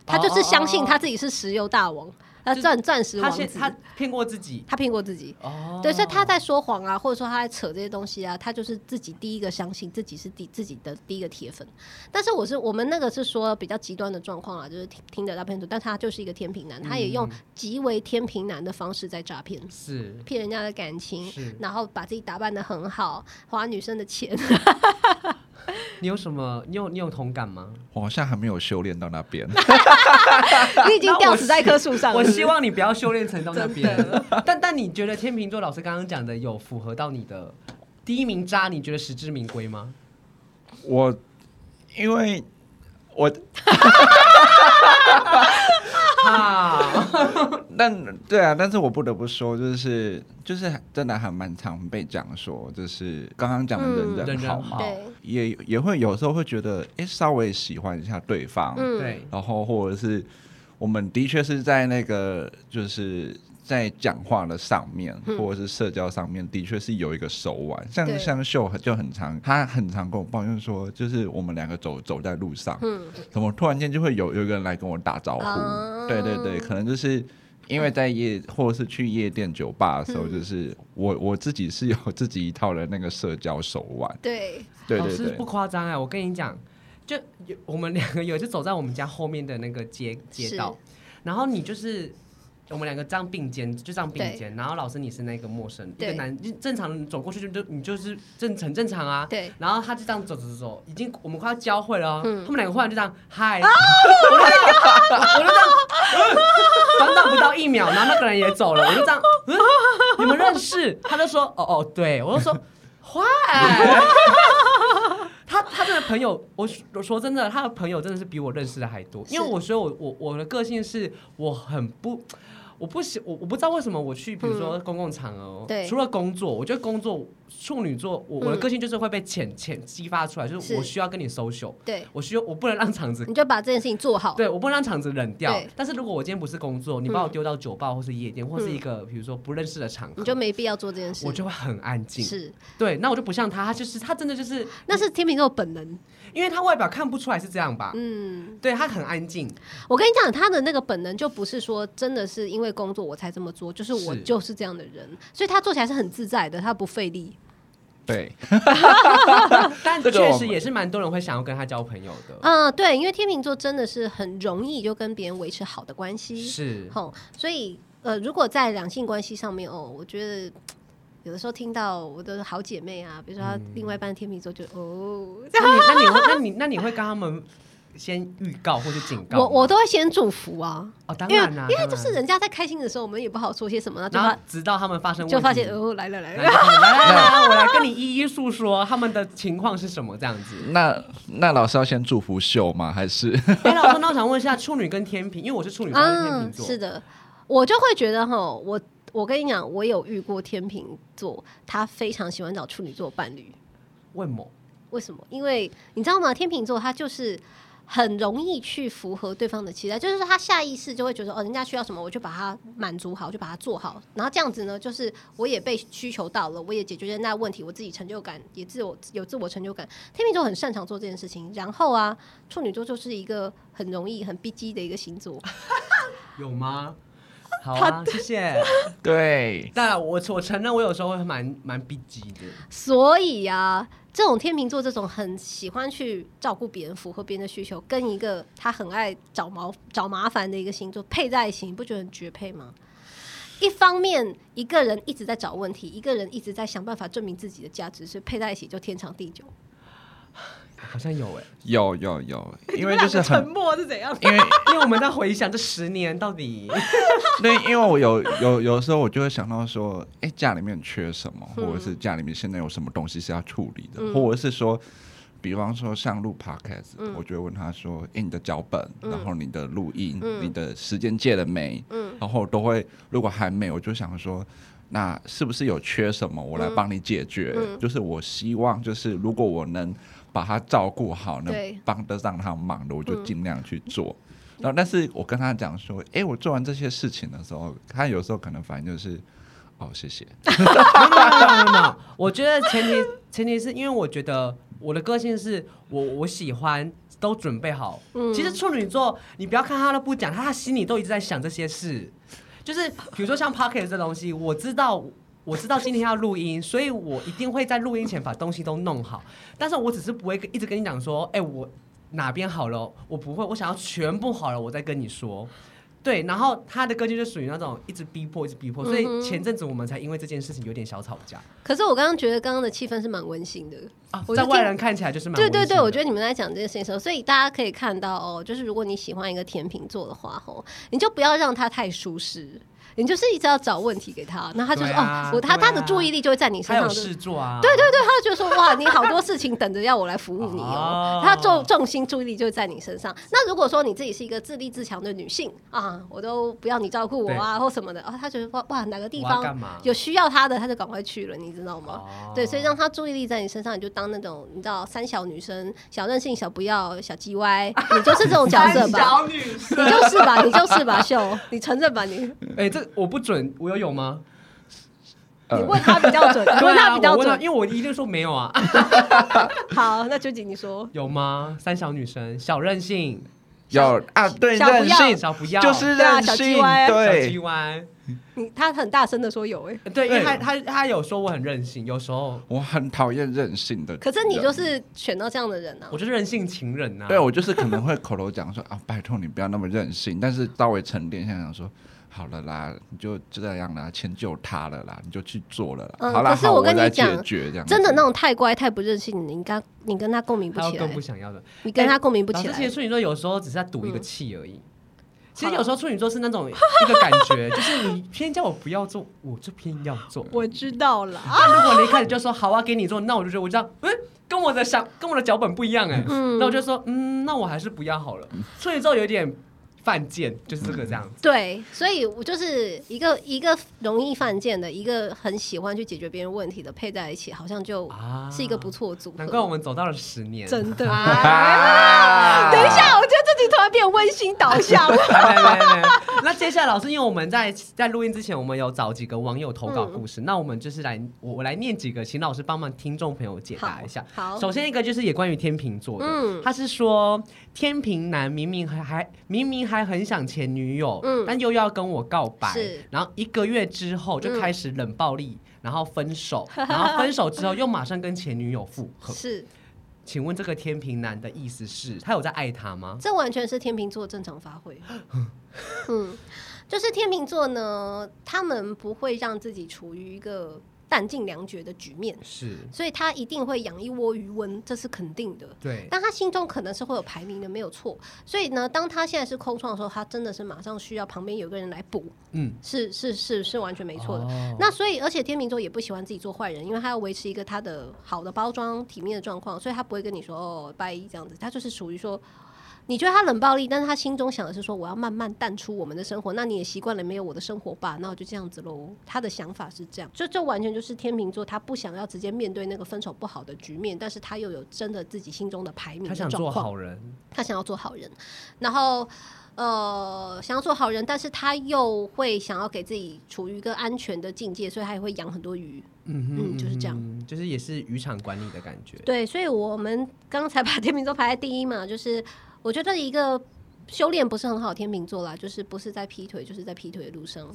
Speaker 3: 他就是相信他自己是石油大王，他
Speaker 1: 就是
Speaker 3: 钻钻石
Speaker 1: 他
Speaker 3: 王
Speaker 1: 先
Speaker 3: 子，
Speaker 1: 他骗过自己
Speaker 3: 他骗过自己。
Speaker 1: 哦，
Speaker 3: 对，所以他在说谎啊，或者说他在扯这些东西啊，他就是自己第一个相信自己是第自己的第一个铁粉。但是我是我们那个是说比较极端的状况啊，就是听听得到骗主，但他就是一个天平男，他也
Speaker 1: 嗯
Speaker 3: 用极为天平男的方式在诈骗，
Speaker 1: 是
Speaker 3: 骗人家的感情
Speaker 1: 是，
Speaker 3: 然后把自己打扮的很好，花女生 的钱。
Speaker 1: 你有什么？你有你有同感吗？
Speaker 2: 我好像还没有修炼到那边。
Speaker 3: 你已经
Speaker 1: 那我
Speaker 3: 吊死在一棵树
Speaker 1: 希
Speaker 3: 上了。
Speaker 1: 我
Speaker 3: 是不是
Speaker 1: 希望你不要修炼成到那边
Speaker 3: 真。
Speaker 1: 但但你觉得天秤座老师刚刚讲的有符合到你的第一名渣？你觉得实至名归 吗？
Speaker 2: 我因为我
Speaker 1: 啊，
Speaker 2: 但对啊，但是我不得不说，就是就是真的还蛮常被讲说，就是刚刚讲的
Speaker 3: 嗯
Speaker 2: 人
Speaker 1: 人
Speaker 2: 人
Speaker 1: 人
Speaker 2: 好
Speaker 1: 好
Speaker 2: 嘛，
Speaker 3: 对，
Speaker 2: 也也会有时候会觉得，哎、稍微喜欢一下对方，
Speaker 3: 嗯，
Speaker 1: 对，
Speaker 2: 然后或者是我们的确是在那个就是在讲话的上面，
Speaker 3: 嗯
Speaker 2: 或者是社交上面，的确是有一个手腕。像
Speaker 3: 对
Speaker 2: 像秀就很常，他很常跟我抱怨说，就是我们两个走走在路上，
Speaker 3: 嗯，
Speaker 2: 怎么突然间就会有有一个人来跟我打招呼？
Speaker 3: 啊
Speaker 2: 对对对，可能就是。因为在夜或者是去夜店、酒吧的时候，
Speaker 3: 嗯
Speaker 2: 就是我我自己是有自己一套的那个社交手腕，
Speaker 3: 对，
Speaker 2: 对
Speaker 1: 老
Speaker 2: 对
Speaker 1: 师
Speaker 2: 对
Speaker 1: 不，夸张哎，我跟你讲，就 有我们两个有一次走在我们家后面的那个街街道，然后你就是我们两个这样并肩，就这样并肩。然后老师你是那个陌生，一
Speaker 3: 对
Speaker 1: 个男，就正常人走过去就嗯就你就是正很正常啊。
Speaker 3: 对，
Speaker 1: 然后他就这样走走走走，已经我们快要交汇了哦，
Speaker 3: 嗯哦
Speaker 1: 他们两个忽然就这样嗨，我就这样，我就这样，呃短短不到一秒，然后那个人也走了，我就这样，嗯 你们认识？他就说哦哦，对我就说坏。 他他真的朋友，我说我说真的，他的朋友真的是比我认识的还多。因为
Speaker 3: 是
Speaker 1: 我说我我我的个性是我很不，我不喜我我不知道为什么我去，比如说公共场合，
Speaker 3: 嗯对
Speaker 1: 除了工作，我觉得工作处女座，我我的
Speaker 3: 嗯
Speaker 1: 个性就是会被潜潜激发出来，就是
Speaker 3: 是
Speaker 1: 我需要跟你 social，
Speaker 3: 对，
Speaker 1: 我需要我不能让场子
Speaker 3: 你就把这件事情做好。
Speaker 1: 对，我不能让场子冷掉
Speaker 3: 嗯对。嗯
Speaker 1: 但是如果我今天不是工作，你把我丢到酒吧或是夜店，或是一个比如说不认识的场合，
Speaker 3: 你就没必要做这件事。
Speaker 1: 我就会很安静。
Speaker 3: 是，
Speaker 1: 对，那我就不像他，他就是他真的就是，
Speaker 3: 那是天秤座本能。
Speaker 1: 因为他外表看不出来是这样吧？
Speaker 3: 嗯，
Speaker 1: 对他很安 静，
Speaker 3: 我跟你讲，他的那个本能就不是说真的是因为工作我才这么做，就是我
Speaker 1: 是
Speaker 3: 就是这样的人，所以他做起来是很自在的，他不费力。
Speaker 2: 对，
Speaker 1: 但
Speaker 2: 这个我
Speaker 1: 确
Speaker 2: 们
Speaker 1: 实也是蛮多人会想要跟他交朋友的。
Speaker 3: 嗯、对，因为天秤座真的是很容易就跟别人维持好的关系。
Speaker 1: 是，
Speaker 3: 吼、所以呃，如果在两性关系上面哦，我觉得。有的时候听到我的好姐妹啊，比如说她另外一半天秤座就，
Speaker 1: 嗯
Speaker 3: 哦，
Speaker 1: 那你那 你会那你那你会跟他们先预告或是警告吗？
Speaker 3: 我我都会先祝福啊，
Speaker 1: 哦，当
Speaker 3: 因为
Speaker 1: 然啦，
Speaker 3: 因为
Speaker 1: 当
Speaker 3: 就是
Speaker 1: 然，
Speaker 3: 人家在开心的时候，我们也不好说些什么，然后就
Speaker 1: 然
Speaker 3: 发
Speaker 1: 后直到他们发生问题，
Speaker 3: 就发现哦来了来
Speaker 1: 来
Speaker 3: 了，
Speaker 1: 来来来，我来跟你一一诉说他们的情况是什么这样子。
Speaker 2: 那那老师要先祝福秀吗？还是
Speaker 1: 哎，老师，那我想问一下，处女跟天平，因为我是处女座，跟天
Speaker 3: 嗯
Speaker 1: 平，座，
Speaker 3: 是的，我就会觉得哈，我我跟你讲，我有遇过天秤座，他非常喜欢找处女座伴侣，
Speaker 1: 为某
Speaker 3: 为什么？因为你知道吗？天秤座他就是。很容易去符合对方的期待，就是他下意识就会觉得哦，人家需要什么，我就把它满足好，就把它做好。然后这样子呢，就是我也被需求到了，我也解决人家的问题，我自己成就感也自我有自我成就感。天秤座很擅长做这件事情，然后啊，处女座就是一个很容易很逼机的一个星座。
Speaker 1: 有吗？好啊，谢谢。
Speaker 2: 对？
Speaker 1: 当然，我我承认，我有时候会蛮蛮逼急的。
Speaker 3: 所以啊，这种天秤座这种很喜欢去照顾别人、符合别人的需求，跟一个他很爱找毛找麻烦的一个星座配在一起，你不觉得很绝配吗？一方面，一个人一直在找问题，一个人一直在想办法证明自己的价值，所以配在一起就天长地久。
Speaker 1: 好像有哎、
Speaker 2: 有有有，因为
Speaker 3: 哎你们两
Speaker 2: 就
Speaker 3: 个
Speaker 2: 是
Speaker 3: 沉
Speaker 2: 很
Speaker 3: 默是怎样？
Speaker 2: 因为
Speaker 1: 因为我们在回想这十年到底，
Speaker 2: 对，因为我有有有时候我就会想到说，哎、家里面缺什么，或者
Speaker 3: 嗯
Speaker 2: 是家里面现在有什么东西是要处理的，或者是说，比方说像录 podcast，、我
Speaker 3: 嗯
Speaker 2: 就会问他说，哎、你的脚本，然后你的录音，
Speaker 3: 嗯
Speaker 2: 你的时间借了没？然后都会如果还没，我就想说。那是不是有缺什么？我来
Speaker 3: 嗯
Speaker 2: 帮你解决。就是我希望，就是如果我能把他照顾好，能
Speaker 3: 对嗯
Speaker 2: 帮得上他忙的，我就尽量去做。然后，但是我跟他讲说，诶，我做完这些事情的时候，他有时候可能反应就是，哦，谢谢，
Speaker 1: 没有没有没有没有，我觉得前提前提是因为我觉得我的个性是我我喜欢都准备好。其实处女座，你不要看他都不讲，他心里都一直在想这些事。就是比如说像 Pocket 这东西，我知道我知道今天要录音，所以我一定会在录音前把东西都弄好。但是我只是不会跟一直跟你讲说，哎、我哪边好了，我不会，我想要全部好了，我再跟你说。对，然后他的歌就就属于那种一直逼迫，一直逼迫，所以
Speaker 3: 嗯
Speaker 1: 前阵子我们才因为这件事情有点小吵架
Speaker 3: 可是我刚刚觉得刚刚的气氛是蛮温馨的。
Speaker 1: 啊
Speaker 3: 哦我，
Speaker 1: 在
Speaker 3: 就听
Speaker 1: 外人看起来就是蛮
Speaker 3: 对对对，我觉
Speaker 1: 得
Speaker 3: 得你们在讲这件事情的时候，所以大家可以看到哦，就是如果你喜欢一个天秤座的话，吼，你就不要让他太舒适，你就是一直要找问题给他，那他就说、
Speaker 1: 对啊
Speaker 3: 哦，我他、
Speaker 1: 对啊
Speaker 3: 他的注意力就会在你身
Speaker 1: 他
Speaker 3: 上
Speaker 1: 有
Speaker 3: 就是。
Speaker 1: 事做啊，
Speaker 3: 对对对，他就说哇，你好多事情等着要我来服务你哦
Speaker 1: 哦。
Speaker 3: 他重重心注意力就在你身上。那如果说你自己是一个自立自强的女性啊，我都不要你照顾我啊，或什么的啊，他觉得哇哇哪个地
Speaker 1: 我要干
Speaker 3: 方
Speaker 1: 嘛
Speaker 3: 有需要他的，他就赶快去了，你知道吗？
Speaker 1: 哦
Speaker 3: 对，所以让他注意力在你身上，你就当那种你知道三小女生，小任性、小不要、小叽歪，你就是这种角色吧，
Speaker 1: 女生，
Speaker 3: 你就是吧，你就是吧，秀，你承认吧，你
Speaker 1: 哎，这我不准，我有有吗？呃
Speaker 3: 你问他比较 准，你
Speaker 1: 对
Speaker 3: 问他
Speaker 1: 啊，
Speaker 3: 比较
Speaker 1: 我问他
Speaker 3: 准。
Speaker 1: 因为我一定说没有啊，
Speaker 3: 好，那九姐你说，
Speaker 1: 有吗？三小女生，小任性，
Speaker 2: 有啊，对，
Speaker 3: 小不
Speaker 2: 任
Speaker 3: 要
Speaker 2: 性
Speaker 1: 小不要
Speaker 2: 就是
Speaker 3: 对啊
Speaker 2: 任
Speaker 3: 小鸡
Speaker 2: 性，
Speaker 3: 歪
Speaker 1: 小
Speaker 2: 对
Speaker 1: 鸡弯，
Speaker 3: 你他很大声的说有哎、欸
Speaker 1: 对，因为
Speaker 2: 对
Speaker 1: 他他他有说我很任性，有时候
Speaker 2: 我很讨厌任性的人，
Speaker 3: 可是你就是选到这样的人啊
Speaker 1: 我，就是任性情人呐，
Speaker 2: 对我就是可能会口头讲说啊，拜托你不要那么任性，但是稍微沉淀一下想说，好了啦，你就这样啦，迁就他了啦，你就去做了啦。
Speaker 3: 嗯
Speaker 2: 好啦，
Speaker 3: 可是
Speaker 2: 好
Speaker 3: 我
Speaker 2: 我
Speaker 3: 跟你
Speaker 2: 来
Speaker 3: 讲
Speaker 2: 解决这样子
Speaker 3: 真的那种太乖太不任性，你跟你跟他共鸣不
Speaker 1: 他
Speaker 3: 起
Speaker 1: 更
Speaker 3: 来
Speaker 1: 不，想要的。
Speaker 3: 你跟他共鸣不
Speaker 1: 老
Speaker 3: 起
Speaker 1: 师，
Speaker 3: 来嗯
Speaker 1: 其实。处女座有时候只是在赌一个气而已。其实
Speaker 3: 好
Speaker 1: 有时候处女座是那 种一个感觉，就是你偏叫我不要做，我就偏要做。
Speaker 3: 我知道了，
Speaker 1: 那如果你一开始就说好啊，给你做，那我就觉得我这样，嗯，跟我的想跟我的脚本不一样哎、
Speaker 3: 嗯
Speaker 1: 那我就说，嗯，那我还是不要好了。处女座有点犯贱，就是这个这
Speaker 3: 嗯
Speaker 1: 样子。
Speaker 3: 对，所以我就是一个一个容易犯贱的，一个很喜欢去解决别人问题的，配在一起好像就
Speaker 1: 啊
Speaker 3: 是一个不错的组合。
Speaker 1: 难怪我们走到了十年，
Speaker 3: 真的。
Speaker 2: 啊
Speaker 3: 等一下，我觉得自己突然变温馨导 向了。
Speaker 1: 来来来来那接下来，老师，因为我们在在录音之前，我们有找几个网友投
Speaker 3: 嗯
Speaker 1: 稿故事，那我们就是来我我来念几个，请老师帮忙听众朋友解答一下。
Speaker 3: 好好
Speaker 1: 首先一个就是也关于天秤座的，
Speaker 3: 嗯
Speaker 1: 他是说天秤男明明还还明明还很想前女友，
Speaker 3: 嗯
Speaker 1: 但又要跟我告白
Speaker 3: 是，
Speaker 1: 然后一个月之后就开始冷暴力。然后分手，然后分手之后又马上跟前女友复合。
Speaker 3: 是，
Speaker 1: 请问这个天秤男的意思是他有在爱她吗？
Speaker 3: 这完全是天秤座正常发 挥。嗯，就是天秤座呢，他们不会让自己处于一个弹尽粮绝的局面，
Speaker 1: 是，
Speaker 3: 所以他一定会养一窝余温，这是肯定的。
Speaker 1: 对，
Speaker 3: 但他心中可能是会有排名的，没有错。所以呢，当他现在是空窗的时候，他真的是马上需要旁边有个人来补，
Speaker 1: 嗯，
Speaker 3: 是是是是完全没错的。
Speaker 1: 哦
Speaker 3: 那所以，而且天秤座也不喜欢自己做坏人，因为他要维持一个他的好的包装、体面的状况，所以他不会跟你说哦拜一这样子，他就是属于说。你觉得他冷暴力，但是他心中想的是说，我要慢慢淡出我们的生活。那你也习惯了没有我的生活吧？那我就这样子喽。他的想法是这样，就这完全就是天秤座，他不想要直接面对那个分手不好的局面，但是他又有真的自己心中的排名
Speaker 1: 他
Speaker 3: 的
Speaker 1: 想
Speaker 3: 状
Speaker 1: 做
Speaker 3: 况。
Speaker 1: 好人，
Speaker 3: 他想要做好人，然后呃想要做好人，但是他又会想要给自己处于一个安全的境界，所以他也会养很多鱼。
Speaker 1: 嗯哼
Speaker 3: 嗯就是这样
Speaker 1: 样，就是也是渔场管理的感觉。
Speaker 3: 对，所以我们刚才把天秤座排在第一嘛，就是我觉得一个。修炼不是很好，天秤座啦，就是不是在劈腿，就是在劈腿的路上。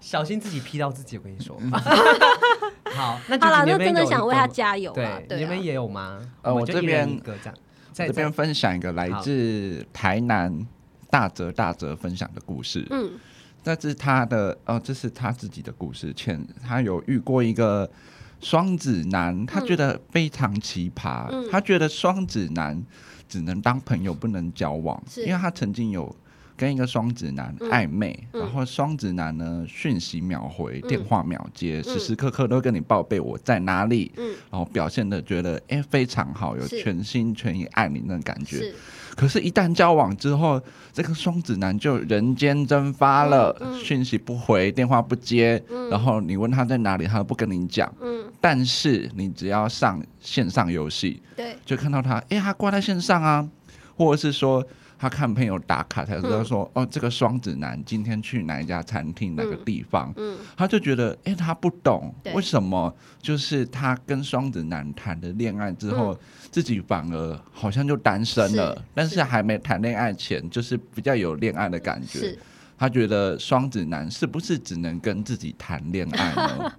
Speaker 1: 小心自己劈到自己，我跟你说。好，那
Speaker 3: 好啦，
Speaker 1: 你
Speaker 3: 那
Speaker 1: 们
Speaker 3: 真的想为他
Speaker 1: 加
Speaker 3: 加油啊
Speaker 1: 对！，
Speaker 3: 对
Speaker 1: 你们
Speaker 3: 啊，
Speaker 1: 也有吗？
Speaker 2: 呃
Speaker 1: 们
Speaker 2: 我
Speaker 1: 就
Speaker 2: 这
Speaker 1: 一人
Speaker 2: 边
Speaker 1: 一个这样，在
Speaker 2: 这边分享一个来
Speaker 1: 好
Speaker 2: 自台南大泽大泽分享的故事。
Speaker 3: 嗯，
Speaker 2: 这是他的哦，这是他自己的故事。前他有遇过一个双子男，他觉得非常奇葩。
Speaker 3: 嗯
Speaker 2: 他觉得双子男只能当朋友，不能交往，
Speaker 3: 是
Speaker 2: 因为他曾经有跟一个双子男
Speaker 3: 嗯
Speaker 2: 暧昧，
Speaker 3: 嗯
Speaker 2: 然后双子男呢讯息秒回，
Speaker 3: 嗯
Speaker 2: 电话秒接，
Speaker 3: 嗯
Speaker 2: 时时刻刻都跟你报备我在哪里，
Speaker 3: 嗯
Speaker 2: 然后表现的觉得哎、非常好，有
Speaker 3: 是
Speaker 2: 全心全意爱你那种感觉。
Speaker 3: 是
Speaker 2: 可是，一旦交往之后，这个双子男就人间蒸发了，
Speaker 3: 嗯嗯
Speaker 2: 讯息不回，电话不接，
Speaker 3: 嗯
Speaker 2: 然后你问他在哪里，他都不跟你讲。
Speaker 3: 嗯，
Speaker 2: 但是你只要上线上游戏，
Speaker 3: 对，
Speaker 2: 就看到他，诶，他挂在线上啊，或者是说他看朋友打卡才知道
Speaker 3: 嗯
Speaker 2: 说，哦，这个双子男今天去哪一家餐厅、哪个
Speaker 3: 嗯
Speaker 2: 地方，
Speaker 3: 嗯
Speaker 2: 他就觉得，哎、他不懂
Speaker 3: 对
Speaker 2: 为什么，就是他跟双子男谈了恋爱之后，自己反而好像就单身了，
Speaker 3: 嗯是
Speaker 2: 但是
Speaker 3: 是
Speaker 2: 还没谈恋爱前，就是比较有恋爱的感觉
Speaker 3: 是。。
Speaker 2: 他觉得双子男是不是只能跟自己谈恋爱呢？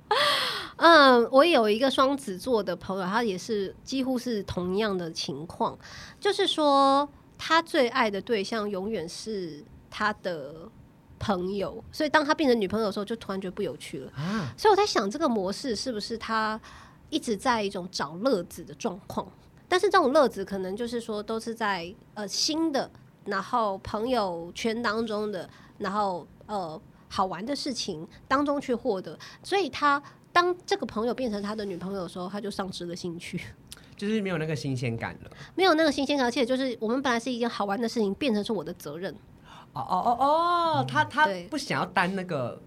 Speaker 3: 嗯，我有一个双子座的朋友，他也是几乎是同样的情况，就是说他最爱的对象永远是他的朋友，所以当他变成女朋友的时候，就突然觉得不有趣了。
Speaker 1: 啊，
Speaker 3: 所以我在想，这个模式是不是他一直在一种找乐子的状况？但是这种乐子可能就是说都是在呃新的，然后朋友圈当中的，然后呃好玩的事情当中去获得。所以他当这个朋友变成他的女朋友的时候，他就丧失了兴趣，
Speaker 1: 就是没有那个新鲜感了。
Speaker 3: 没有那个新鲜感，而且就是我们本来是一件好玩的事情，变成是我的责任。
Speaker 1: 哦哦哦哦，他他
Speaker 3: 对
Speaker 1: 不想要担那个，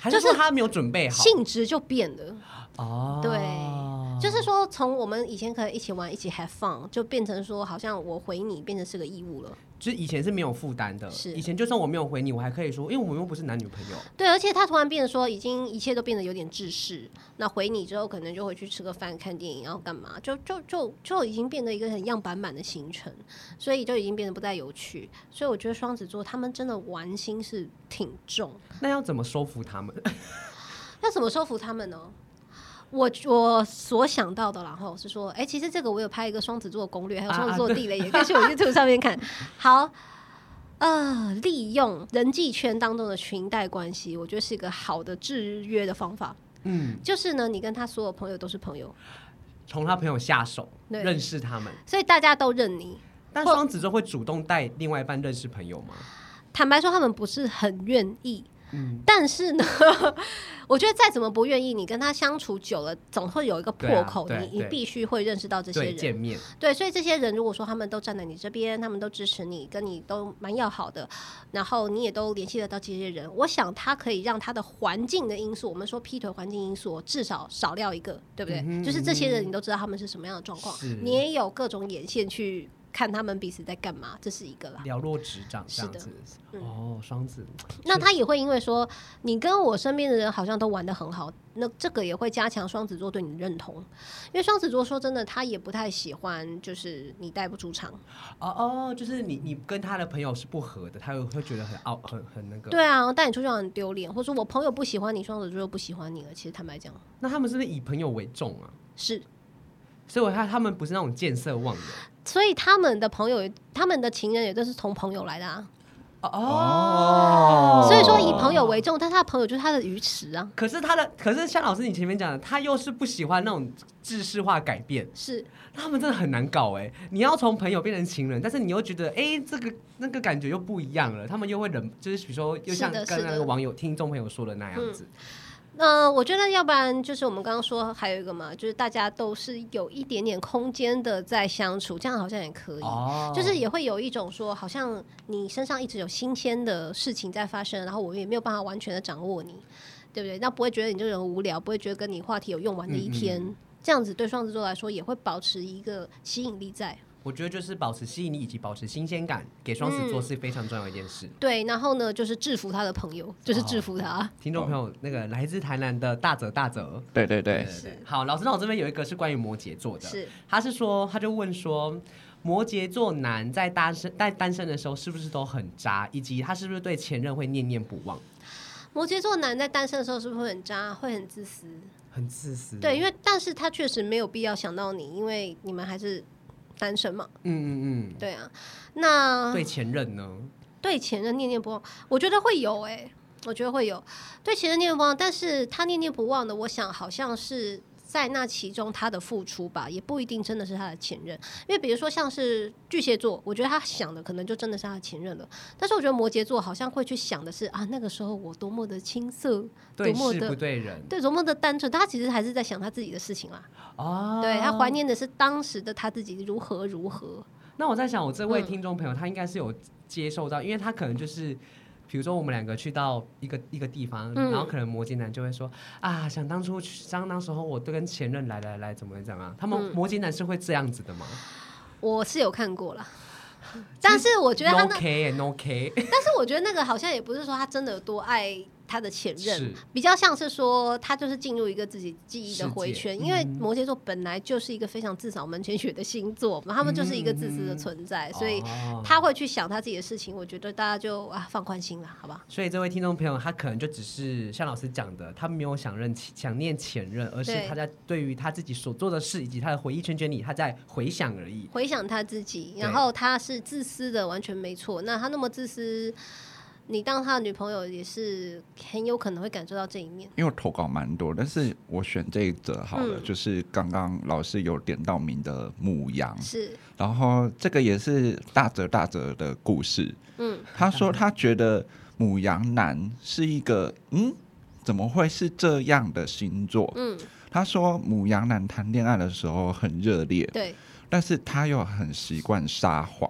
Speaker 1: 还
Speaker 3: 就是是
Speaker 1: 说他没有准备好？
Speaker 3: 性质就变了，
Speaker 1: 哦，
Speaker 3: 对就是说从我们以前可以一起玩、一起 have fun，就变成说好像我回你变成是个义务了。
Speaker 1: 就是以前是没有负担的，
Speaker 3: 是
Speaker 1: 以前就算我没有回你，我还可以说，因为我们又不是男女 朋友。
Speaker 3: 对，而且他突然变得说，已经一切都变得有点制式。那回你之后，可能就会去吃个饭、看电影，然后干嘛？就就就就已经变得一个很样板满的行程，所以就已经变得不再有趣。所以我觉得双子座他们真的玩心是挺重，
Speaker 1: 那要怎么收服他们？
Speaker 3: 要怎么收服他们呢？我我所想到的，然后是说，哎、其实这个我有拍一个双子座攻略，还有
Speaker 1: 啊
Speaker 3: 双
Speaker 1: 啊
Speaker 3: 子座
Speaker 1: 对
Speaker 3: 地雷，也可以去我 YouTube 上面看。好，呃，利用人际圈当中的裙带关系，我觉得是一个好的制约的方法。
Speaker 1: 嗯，
Speaker 3: 就是呢，你跟他所有朋友都是朋友，
Speaker 1: 从他朋友下手
Speaker 3: 对
Speaker 1: 认识他们。
Speaker 3: 所以大家都认你。
Speaker 1: 但
Speaker 3: 或
Speaker 1: 双子座会主动带另外一半认识朋友吗？
Speaker 3: 坦白说，他们不是很愿意。
Speaker 1: 嗯，
Speaker 3: 但是呢， 我觉得再怎么不愿意，你跟他相处久了，总会有一个破口，
Speaker 1: 对啊
Speaker 3: 你
Speaker 1: 对
Speaker 3: 你
Speaker 1: 对
Speaker 3: 必须会认识到这些
Speaker 1: 对，
Speaker 3: 人。
Speaker 1: 见面
Speaker 3: 对，所以这些人如果说他们都站在你这边，他们都支持你，跟你都蛮要好的，然后你也都联系得到这些人，我想他可以让他的环境的因素，我们说劈腿环境因素，至少少掉一个，对不对？
Speaker 1: 嗯哼
Speaker 3: 就是这些人你都知道他们是什么样的状况
Speaker 1: 是，
Speaker 3: 你也有各种眼线去看他们彼此在干嘛，这是一个啦。
Speaker 1: 了若指掌这样
Speaker 3: 是的
Speaker 1: 子。
Speaker 3: 嗯
Speaker 1: 哦，双子，
Speaker 3: 那他也会因为说你跟我身边的人好像都玩得很好，那这个也会加强双子座对你的认同，因为双子座说真的，他也不太喜欢就是你带不出场。
Speaker 1: 哦哦，就是你你跟他的朋友是不合的，他会会觉得很傲，很很那个。
Speaker 3: 对啊，带你出去好像很丢脸，或者说我朋友不喜欢你，双子座就不喜欢你了。其实坦白讲，
Speaker 1: 那他们是不是以朋友为重啊？
Speaker 3: 是，
Speaker 1: 所以我看他们不是那种见色忘友。
Speaker 3: 所以他们的朋友、他们的情人也都是从朋友来的啊。
Speaker 1: 哦
Speaker 2: 哦
Speaker 3: 所以说以朋友为重，但是他的朋友就是他的鱼池啊。
Speaker 1: 可是他的，可是像老师你前面讲的，他又是不喜欢那种制式化改变，
Speaker 3: 是，
Speaker 1: 他们真的很难搞哎、你要从朋友变成情人，但是你又觉得哎、这个那个感觉又不一样了，他们又会忍，就是比如说，又像
Speaker 3: 是的
Speaker 1: 刚
Speaker 3: 是的
Speaker 1: 刚那个网友、听众朋友说的那样子，
Speaker 3: 呃，我觉得要不然就是我们刚刚说还有一个嘛，就是大家都是有一点点空间的在相处，这样好像也可以。
Speaker 1: 哦
Speaker 3: 就是也会有一种说，好像你身上一直有新鲜的事情在发生，然后我也没有办法完全的掌握你，对不对？那不会觉得你这个人无聊，不会觉得跟你话题有用完的一天，这样子对双子座来说也会保持一个吸引力在。
Speaker 1: 我觉得就是保持吸引力以及保持新鲜感，给双子
Speaker 3: 嗯
Speaker 1: 座是非常重要的一件事。
Speaker 3: 对，然后呢，就是制服他的朋友，就是制服他。
Speaker 1: 听众朋友，那个来自台南的大泽大泽，
Speaker 2: 对对对，
Speaker 1: 对，好，老师，那我这边有一个是关于摩羯座的，
Speaker 3: 是
Speaker 1: 他是说，他就问说，摩羯座男在单身在单身的时候是不是都很渣，以及他是不是对前任会念念不忘，
Speaker 3: 摩羯座男在单身的时候是不是会很渣，会很自私？
Speaker 1: 很自私？
Speaker 3: 对，因为但是他确实没有必要想到你，因为你们还是单身嘛。
Speaker 1: 嗯嗯
Speaker 3: 对啊，那
Speaker 1: 嗯，对前任呢？
Speaker 3: 对前任念念不忘，我觉得会有哎、我觉得会有对前任念念不忘，但是他念念不忘的，我想好像是在那其中他的付出吧，也不一定真的是他的前任，因为比如说像是巨蟹座，我觉得他想的可能就真的是他的前任了，但是我觉得摩羯座好像会去想的是啊，那个时候我多么的青涩，多
Speaker 1: 对
Speaker 3: 么
Speaker 1: 事不
Speaker 3: 的。
Speaker 1: 对人
Speaker 3: 对，多么的单纯，他其实还是在想他自己的事情啦。
Speaker 1: 哦，
Speaker 3: 对他怀。念的是当时的他自己如何如何。
Speaker 1: 那我在想，我这位
Speaker 3: 嗯
Speaker 1: 听众朋友，他应该是有接受到，因为他可能就是。比如说，我们两个去到一个一个地方，
Speaker 3: 嗯
Speaker 1: 然后可能摩羯男就会说啊，想当初去，想当时候我都跟前任来来来，怎么会这样啊？他们
Speaker 3: 嗯
Speaker 1: 摩羯男是会这样子的吗
Speaker 3: 我是有看过啦，但是我觉得他
Speaker 1: ？No
Speaker 3: 那
Speaker 1: K No K，
Speaker 3: 但是我觉得那个好像也不是说他真的有多爱他的前任
Speaker 1: 是，
Speaker 3: 比较像是说他就是进入一个自己记忆的回
Speaker 1: 世
Speaker 3: 圈，
Speaker 1: 界嗯
Speaker 3: 因为摩羯座本来就是一个非常自扫门前雪的星座嘛，他们就是一个自私的存在，所以
Speaker 1: 嗯哦
Speaker 3: 他会去想他自己的事情。我觉得大家就啊放宽心了，好吧？
Speaker 1: 所以这位听众朋友，他可能就只是像老师讲的，他没有想认想念前任，而是
Speaker 3: 对
Speaker 1: 他在对于他自己所做的事以及他的回忆圈圈里，他在回想而 已。
Speaker 3: 回想他自己，
Speaker 1: 对
Speaker 3: 然后他是自私的，完全没错。那他那么自私，你当他的女朋友也是很有可能会感受到这一面。
Speaker 2: 因为我投稿蛮多，但是我选这一则好了，
Speaker 3: 嗯
Speaker 2: 就是刚刚老师有点到名的母羊，
Speaker 3: 是，
Speaker 2: 然后这个也是大泽大泽的故事。
Speaker 3: 嗯，
Speaker 2: 他说他觉得母羊男是一个嗯，怎么会是这样的星座？
Speaker 3: 嗯，
Speaker 2: 他说母羊男谈恋爱的时候很热烈，
Speaker 3: 对，
Speaker 2: 但是他又很习惯撒谎。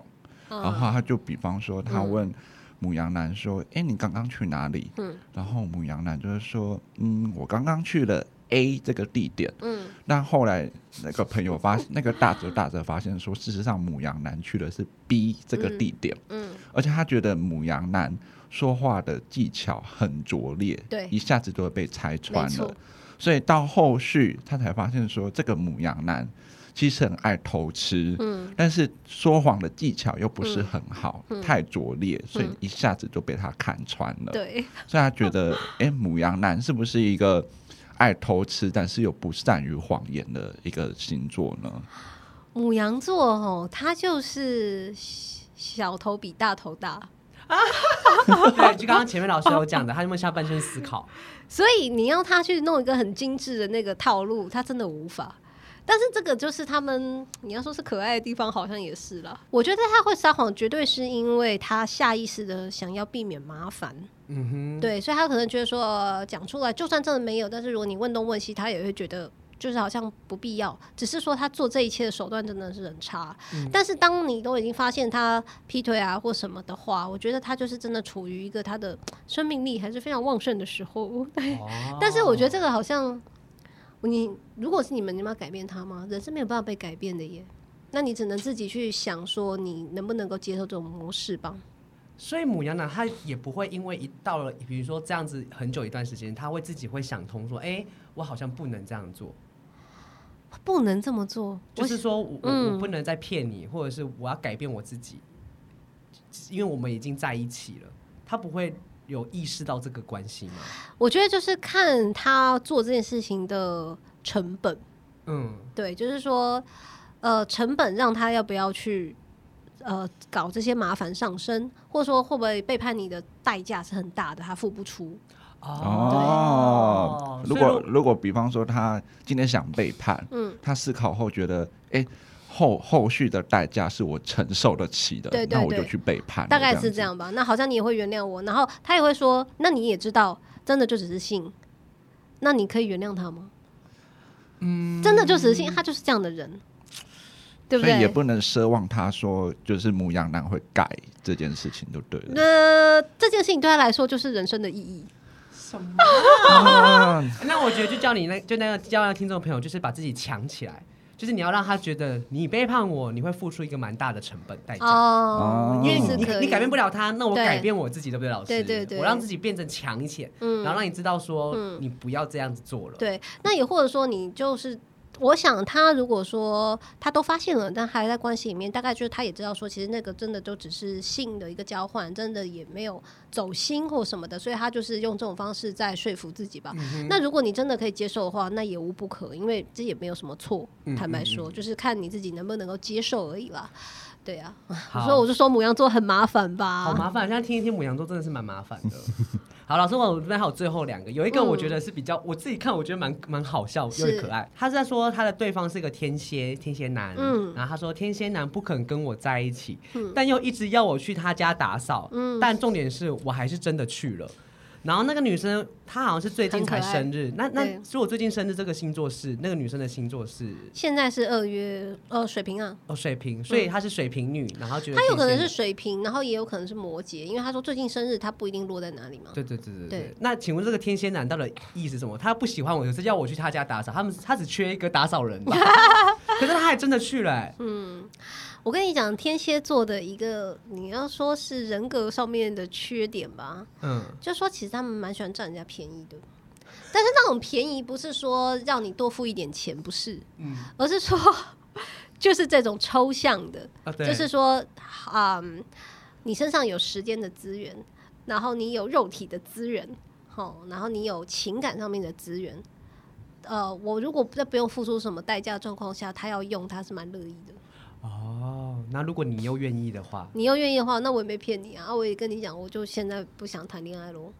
Speaker 3: 嗯、
Speaker 1: 啊
Speaker 2: 然后他就比方说，他
Speaker 3: 嗯
Speaker 2: 问母羊男说：“哎、你刚刚去哪里？”
Speaker 3: 嗯
Speaker 2: 然后母羊男就是说：“嗯，我刚刚去了 A 这个地点。
Speaker 3: 嗯，”
Speaker 2: 那后来那个朋友发，那个大泽大泽发现说，事实上母羊男去的是 B 这个地点，
Speaker 3: 嗯，
Speaker 2: 而且他觉得母羊男说话的技巧很拙劣，
Speaker 3: 对
Speaker 2: 一下子就会被拆穿
Speaker 3: 没
Speaker 2: 了
Speaker 3: 错。
Speaker 2: 所以到后续他才发现说，这个母羊男其实很爱偷吃，
Speaker 3: 嗯，
Speaker 2: 但是说谎的技巧又不是很好，
Speaker 3: 嗯嗯
Speaker 2: 太拙劣，所以一下子就被他看穿
Speaker 1: 嗯
Speaker 2: 了。
Speaker 3: 对，
Speaker 2: 所以他觉得，哎、母羊男是不是一个爱偷吃，但是又不善于谎言的一个星座呢？
Speaker 3: 母羊座哦，它就是小头比大头大，
Speaker 1: 对，就刚刚前面老师有讲的，他有没有下半身思考？
Speaker 3: 所以你要他去弄一个很精致的那个套路，他真的无法。但是这个就是他们，你要说是可爱的地方，好像也是啦。我觉得他会撒谎，绝对是因为他下意识的想要避免麻烦，
Speaker 1: 嗯哼，
Speaker 3: 对，所以他可能觉得说呃讲、出来，就算真的没有，但是如果你问东问西，他也会觉得就是好像不必要。只是说他做这一切的手段真的是很差。
Speaker 1: 嗯
Speaker 3: 但是当你都已经发现他劈腿啊或什么的话，我觉得他就是真的处于一个他的生命力还是非常旺盛的时候。
Speaker 1: 哦
Speaker 3: 但是我觉得这个好像，你如果是你们，你们要改变他吗？人是没有办法被改变的耶。那你只能自己去想，说你能不能够接受这种模式吧？
Speaker 1: 所以母羊男他也不会因为一到了，比如说这样子很久一段时间，他会自己会想通说，哎、我好像不能这样做，
Speaker 3: 不能这么做，
Speaker 1: 就
Speaker 3: 我
Speaker 1: 是说我、我
Speaker 3: 嗯
Speaker 1: 我不能再骗你，或者是我要改变我自己，因为我们已经在一起了，他不会有意识到这个关系吗？
Speaker 3: 我觉得就是看他做这件事情的成本，
Speaker 1: 嗯，
Speaker 3: 对，就是说，呃，成本让他要不要去。呃，搞这些麻烦上身，或者说会不会背叛你的代价是很大的，他付不出。
Speaker 2: 哦，如
Speaker 1: 所
Speaker 2: 果
Speaker 1: 以
Speaker 2: 如果比方说他今天想背叛，
Speaker 3: 嗯，
Speaker 2: 他思考后觉得，哎、后后续的代价是我承受得起的，
Speaker 3: 对对
Speaker 2: 那我就
Speaker 3: 对
Speaker 2: 去背叛了，
Speaker 3: 大概是这
Speaker 2: 这样
Speaker 3: 样吧。那好像你也会原谅我，然后他也会说，那你也知道，真的就只是性，那你可以原谅他吗？嗯，真的就只是性，他就是这样的人，对
Speaker 2: 子，
Speaker 3: 不
Speaker 2: 所以也
Speaker 3: 对？
Speaker 2: 不能奢望他说就是母羊男会改这件事情就对了。
Speaker 3: 那这件事情对他来说就是人生的意义。
Speaker 1: 什么？
Speaker 2: 啊
Speaker 1: 那我觉得就叫你那就那个叫那个听众朋友，就是把自己强起来，就是你要让他觉得你背叛我，你会付出一个蛮大的成本代价。
Speaker 3: 哦
Speaker 2: 哦，
Speaker 1: 因为
Speaker 3: 也
Speaker 1: 你
Speaker 3: 是可
Speaker 1: 你
Speaker 3: 以
Speaker 1: 你改变不了他，那我
Speaker 3: 对
Speaker 1: 改变我自己，对不对，老师？
Speaker 3: 对对对
Speaker 1: 我让自己变成强一些，
Speaker 3: 嗯
Speaker 1: 然后让你知道说你不要这样子做了。
Speaker 3: 对，那也或者说你就是，我想他如果说他都发现了，但还在关系里面，大概就是他也知道说，其实那个真的都只是性的一个交换，真的也没有走心或什么的，所以他就是用这种方式在说服自己吧。
Speaker 1: 嗯
Speaker 3: 那如果你真的可以接受的话，那也无不可，因为这也没有什么错，
Speaker 1: 嗯
Speaker 3: 坦白说，就是看你自己能不能够接受而已啦。对啊，
Speaker 1: 好
Speaker 3: 所以我就说母羊座很麻烦
Speaker 1: 好
Speaker 3: 吧。
Speaker 1: 麻烦，现在听一听母羊座真的是蛮麻 烦的。好，老师，我这边还有最后两个，有一个我觉得是比较、我自己看，我觉得蛮蛮好笑又
Speaker 3: 嗯是
Speaker 1: 可爱。他是在说他的对方是个天蝎，天蝎男，
Speaker 3: 嗯
Speaker 1: 然后他说天蝎男不肯跟我在一起，但又一直要我去他家打扫，
Speaker 3: 嗯
Speaker 1: 但重点是我还是真的去了。然后那个女生，她好像是最近
Speaker 3: 很嗯可
Speaker 1: 才
Speaker 3: 爱
Speaker 1: 生日。那那
Speaker 3: 对
Speaker 1: 所以我最近生日这个星座是那个女生的星座是
Speaker 3: 现在是二月，呃，水瓶啊，
Speaker 1: 哦水瓶，所以她是水瓶女，然后觉得
Speaker 3: 他有可能
Speaker 1: 天蝎
Speaker 3: 是水瓶，然后也有可能是摩羯，因为他说最近生日他不一定落在哪里嘛。
Speaker 1: 对对对对对
Speaker 3: 对。
Speaker 1: 那请问这个天蝎男到底意思是什么？他不喜欢我，可是要我去他家打扫，他们他只缺一个打扫 人吧？可是他还真的去了、欸，
Speaker 3: 我跟你讲，天蝎座的一个你要说是人格上面的缺点吧，
Speaker 1: 嗯，
Speaker 3: 就说其实他们蛮喜欢占人家便宜的。但是那种便宜不是说让你多付一点钱，不是，
Speaker 1: 嗯
Speaker 3: 而是说 就是这种抽象的，
Speaker 1: 啊对，
Speaker 3: 就是说，嗯，你身上有时间的资源，然后你有肉体的资源，哦，然后你有情感上面的资源。呃，我如果在不用付出什么代价的状况下，他要用，他是蛮乐意的。
Speaker 1: 哦，那如果你又愿意的话，
Speaker 3: 你又愿意的话，那我也没骗你啊，啊我也跟你讲，我就现在不想谈恋爱喽。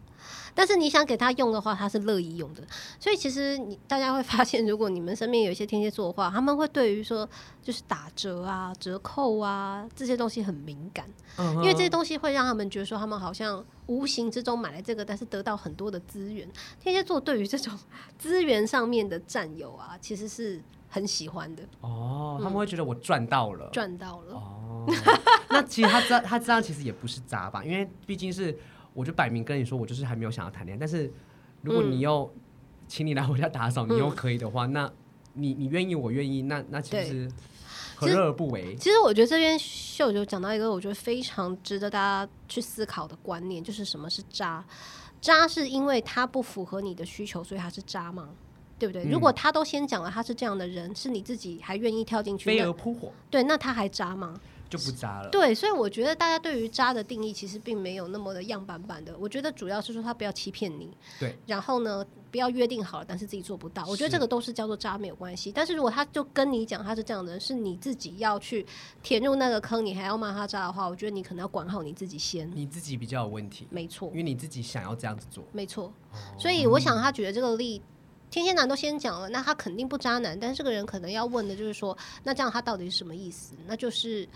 Speaker 3: 但是你想给他用的话，他是乐意用的。所以其实你大家会发现，如果你们身边有一些天蝎座的话，他们会对于说就是打折啊、折扣啊这些东西很敏感。
Speaker 1: 嗯哼
Speaker 3: 因为这些东西会让他们觉得说，他们好像无形之中买了这个，但是得到很多的资源。天蝎座对于这种 资源上面的占有啊，其实是很喜欢的，
Speaker 1: 哦，他们会觉得我赚到了，
Speaker 3: 嗯赚到了。
Speaker 1: 哦，那其实他这他这样其实也不是渣吧，因为毕竟是我就摆明跟你说，我就是还没有想要谈恋爱，但是如
Speaker 3: 嗯
Speaker 1: 果你又、请你来我家打扫，你又可以的话，那你你愿意，我愿意，那那其实何乐而不为？
Speaker 3: 其实我觉得这边秀就讲到一个我觉得非常值得大家去思考的观念，就是什么是渣？渣是因为他不符合你的需求，所以他是渣吗？对不对？
Speaker 1: 嗯
Speaker 3: 如果他都先讲了他是这样的人，是你自己还愿意跳进去，
Speaker 1: 飞
Speaker 3: 那
Speaker 1: 蛾扑火，
Speaker 3: 对，那他还渣吗？
Speaker 1: 就不渣了。
Speaker 3: 对，所以我觉得大家对于渣的定义其实并没有那么的样板板的。我觉得主要是说他不要欺骗你，
Speaker 1: 对，
Speaker 3: 然后呢，不要约定好了，但是自己做不到。我觉得
Speaker 1: 是
Speaker 3: 这个都是叫做渣没有关系。但是如果他就跟你讲他是这样的人，是你自己要去填入那个坑，你还要骂他渣的话，我觉得你可能要管好你自己先。
Speaker 1: 你自己比较有问题，
Speaker 3: 没错
Speaker 1: 因，为你自己想要这样子做。
Speaker 3: 没错。
Speaker 2: 哦
Speaker 3: 所以我想他举的这个例。天蝎男都先讲了，那他肯定不渣男，但是这个人可能要问的就是说，那这样他到底是什么意思？那就是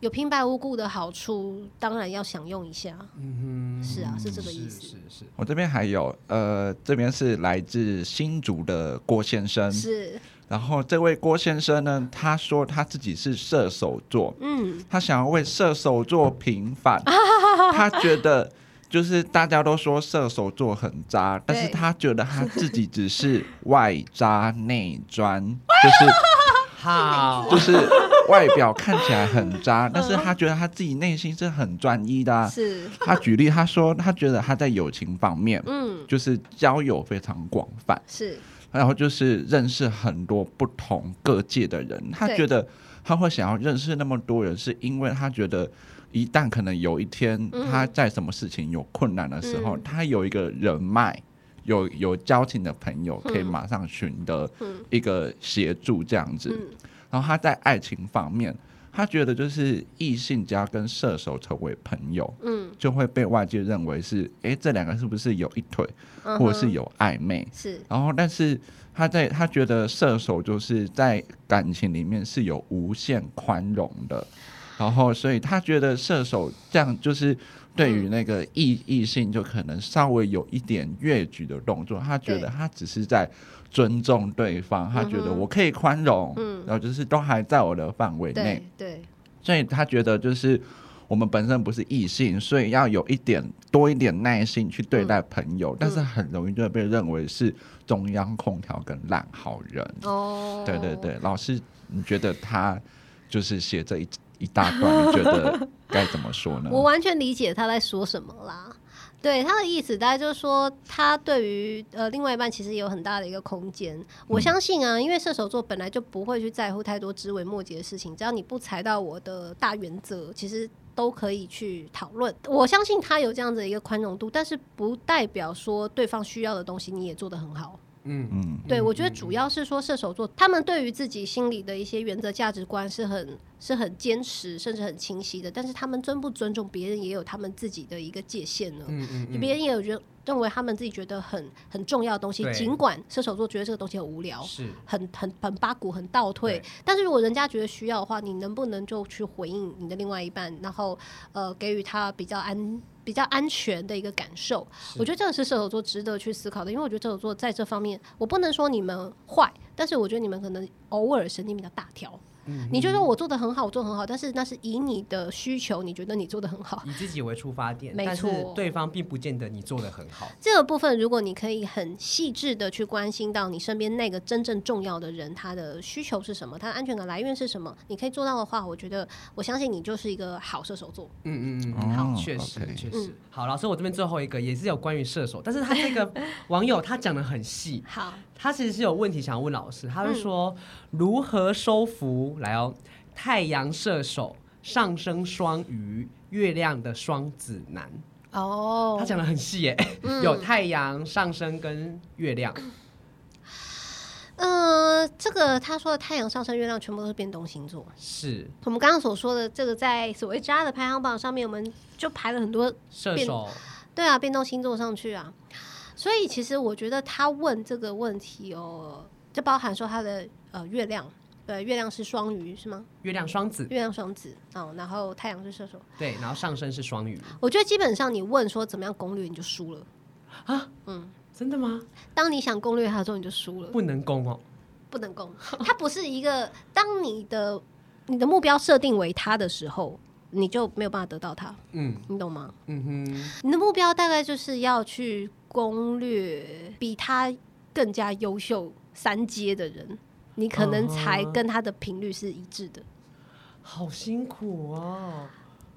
Speaker 3: 有平白无故的好处，当然要享用一下。
Speaker 1: 嗯哼，
Speaker 3: 是啊是这个意
Speaker 1: 是
Speaker 3: 思
Speaker 1: 是是，
Speaker 2: 我这边还有，呃，这边是来自新竹的郭先生，
Speaker 3: 是，
Speaker 2: 然后这位郭先生呢，他说他自己是射手座，
Speaker 3: 嗯，
Speaker 2: 他想要为射手座平反，他觉得就是大家都说射手座很渣，但是
Speaker 3: 对
Speaker 2: 他觉得他自己只是外渣内专，就是。
Speaker 3: 啊
Speaker 1: 好
Speaker 2: 就，是外表看起来很渣，但是他觉得他自己内心是很专一的啊、
Speaker 3: 是，
Speaker 2: 他举例，他说他觉得他在友情方面，
Speaker 3: 嗯，
Speaker 2: 就是交友非常广泛，
Speaker 3: 是，
Speaker 2: 然后就是认识很多不同各界的人。他觉得他会想要认识那么多人，是因为他觉得一旦可能有一天
Speaker 3: 嗯
Speaker 2: 他在什么事情有困难的时候，
Speaker 3: 嗯
Speaker 2: 他有一个人脉。有有交情的朋友可以马上寻得
Speaker 3: 嗯
Speaker 2: 一个协助这样子，
Speaker 3: 嗯，
Speaker 2: 然后他在爱情方面，他觉得就是异性只要跟射手成为朋友，
Speaker 3: 嗯，
Speaker 2: 就会被外界认为是，诶，这两个是不是有一腿，
Speaker 3: 嗯
Speaker 2: 或者是
Speaker 3: 哼
Speaker 2: 有暧昧？
Speaker 3: 是，
Speaker 2: 然后，但是他在他觉得射手就是在感情里面是有无限宽容的，然后所以他觉得射手这样就是对于那个异异性就可能稍微有一点越矩的动作，他觉
Speaker 3: 对
Speaker 2: 得他只是在尊重对方，他觉得
Speaker 3: 嗯哼
Speaker 2: 我可以宽容，
Speaker 3: 嗯
Speaker 2: 然后就是都还在我的范围内
Speaker 3: 对，，对，
Speaker 2: 所以他觉得就是我们本身不是异性，所以要有一点多一点耐心去对待朋
Speaker 3: 嗯
Speaker 2: 友，但是很容易就会被认为是中央空调跟烂好人。
Speaker 3: 哦，
Speaker 2: 对对，对，老师，你觉得他就是写这一一大段，你觉得该怎么说呢？
Speaker 3: 我完全理解他在说什么啦。对他的意思，大概就是说，他对于呃另外一半其实有很大的一个空间。我相信啊，因为射手座本来就不会去在乎太多枝微末节的事情，只要你不踩到我的大原则，其实都可以去讨论。我相信他有这样子的一个宽容度，但是不代表说对方需要的东西你也做得很好。
Speaker 1: 嗯，
Speaker 2: 嗯，
Speaker 3: 对，
Speaker 1: 嗯
Speaker 3: 我觉得主要是说射手座，他们对于自己心里的一些原则、价值观是很是很坚持，甚至很清晰的。但是他们尊不尊重别人，也有他们自己的一个界限呢。
Speaker 1: 嗯嗯
Speaker 3: 就
Speaker 1: 嗯，
Speaker 3: 别人也有认认为他们自己觉得很很重要的东西
Speaker 1: 对，
Speaker 3: 尽管射手座觉得这个东西很无聊。
Speaker 1: 是
Speaker 3: 很很很八股，很倒退
Speaker 1: 对。
Speaker 3: 但是如果人家觉得需要的话，你能不能就去回应你的另外一半，然后呃给予他比较安比较安全的一个感受？
Speaker 1: 是
Speaker 3: 我觉得这个是射手座值得去思考的，因为我觉得射手座在这方面，我不能说你们坏，但是我觉得你们可能偶尔神经比较大条。
Speaker 1: 嗯
Speaker 3: 你就说我做的很好，我做的很好，但是那是以你的需求，你觉得你做的很好。
Speaker 1: 以自己为出发点，
Speaker 3: 没
Speaker 1: 但是
Speaker 3: 错
Speaker 1: 对方并不见得你做的很好。
Speaker 3: 这个部分，如果你可以很细致的去关心到你身边那个真正重要的人，他的需求是什么，他的安全感来源是什么，你可以做到的话，我觉得我相信你就是一个好射手座。
Speaker 1: 嗯嗯
Speaker 2: 哦
Speaker 1: 嗯，好，确
Speaker 2: OK
Speaker 1: 实确实
Speaker 3: 嗯。
Speaker 1: 好，老师，我这边最后一个也是有关于射手，但是他这个 网友他讲的很细，
Speaker 3: 好，
Speaker 1: 他其实是有问题想要问老师，他
Speaker 3: 嗯
Speaker 1: 会说如何收服来哦，太阳射手、上升双鱼、月亮的双子男，
Speaker 3: 哦嗯
Speaker 1: 他讲的很细耶，有太阳、上升跟月亮，
Speaker 3: 呃，这个他说的太阳上升、月亮全部都是变动星座。嗯
Speaker 1: 是
Speaker 3: 我们刚刚所说的这个，在所谓渣的排行榜上面，我们就排了很多
Speaker 1: 射手，
Speaker 3: 对啊，变动星座上去啊。所以其实我觉得他问这个问题哦，就包含说他的呃月亮，对，月亮是双鱼是吗？
Speaker 1: 月亮双子，
Speaker 3: 月亮双子哦，然后太阳是射手。
Speaker 1: 对，然后上升是双鱼，
Speaker 3: 我觉得基本上你问说怎么样攻略，你就输了。
Speaker 1: 真的吗？
Speaker 3: 当你想攻略他的时候，你就输了，
Speaker 1: 不能攻哦，
Speaker 3: 不能 攻。它不是一个，当你的你的目标设定为他的时候，你就没有办法得到他，
Speaker 1: 嗯
Speaker 3: 你懂吗？
Speaker 1: 嗯哼。
Speaker 3: 你的目标大概就是要去攻略比他更加优秀三阶的人，你可能才
Speaker 1: 哦
Speaker 3: 跟他的频率是一致的。
Speaker 1: 啊好辛苦哦，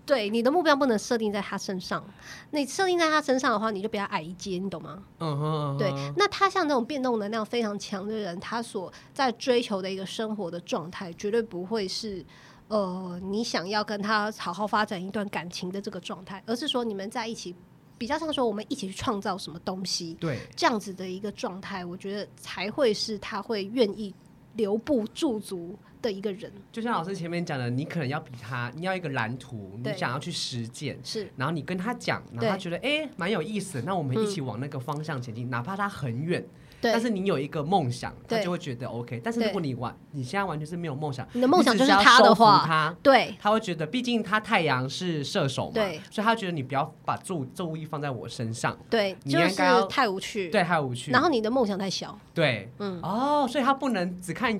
Speaker 3: 对，你的目标不能设定在他身上，你设定在他身上的话，你就比他矮一阶，你懂吗？
Speaker 1: 嗯哼，嗯哼
Speaker 3: 对，那他像这种变动能量非常强的人，他所在追求的一个生活的状态，绝对不会是呃，你想要跟他好好发展一段感情的这个状态，而是说你们在一起，比较像说我们一起去创造什么东西，
Speaker 1: 对，
Speaker 3: 这样子的一个状态，我觉得才会是他会愿意留步驻足的一个人。
Speaker 1: 就像老师前面讲的，你可能要比他，你要一个蓝图，你
Speaker 3: 对
Speaker 1: 想要去实践，
Speaker 3: 是
Speaker 1: 然后你跟他讲，然后他
Speaker 3: 对嗯
Speaker 1: 觉得哎蛮、有意思，那我们一起往那个方向前进，哪怕他很远，
Speaker 3: 对，
Speaker 1: 但是你有一个梦想，他
Speaker 3: 对
Speaker 1: 就会觉得 OK。但是如
Speaker 3: 对
Speaker 1: 果你完，你现在完全是没有梦想，
Speaker 3: 你的梦想
Speaker 1: 你
Speaker 3: 就
Speaker 1: 只
Speaker 3: 是
Speaker 1: 要
Speaker 3: 他
Speaker 1: 收
Speaker 3: 的
Speaker 1: 服
Speaker 3: 话，
Speaker 1: 他
Speaker 3: 对
Speaker 1: 他会觉得，毕竟他太阳是射手嘛，
Speaker 3: 对
Speaker 1: 所以他觉得你不要把注注意放在我身上，
Speaker 3: 对，
Speaker 1: 你
Speaker 3: 就
Speaker 1: 应
Speaker 3: 是
Speaker 1: 该要
Speaker 3: 太无趣。
Speaker 1: 对，还有无趣。
Speaker 3: 然后你的梦想太小，
Speaker 1: 对，
Speaker 3: 嗯，
Speaker 1: 哦，所以他不能只看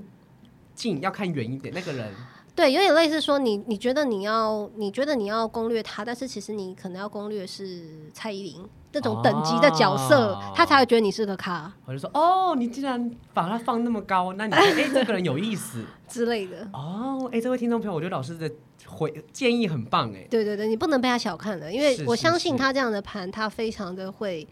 Speaker 1: 近，要看远一点。那个人
Speaker 3: 对，有点类似说你，你觉得你要，你觉得你要攻略他，但是其实你可能要攻略是蔡依林这种等级的角色，
Speaker 1: 哦
Speaker 3: 他才会觉得你是个咖
Speaker 1: 我就说，哦，你竟然把它放那么高，那你觉得哎、这个人有意思
Speaker 3: 之类的。
Speaker 1: 哦，哎、这位听众朋友，我觉得老师的回建议很棒哎，
Speaker 3: 对对对，你不能被他小看了，因
Speaker 1: 是
Speaker 3: 为
Speaker 1: 是
Speaker 3: 我相信
Speaker 1: 是
Speaker 3: 他这样的盘，他非常的会，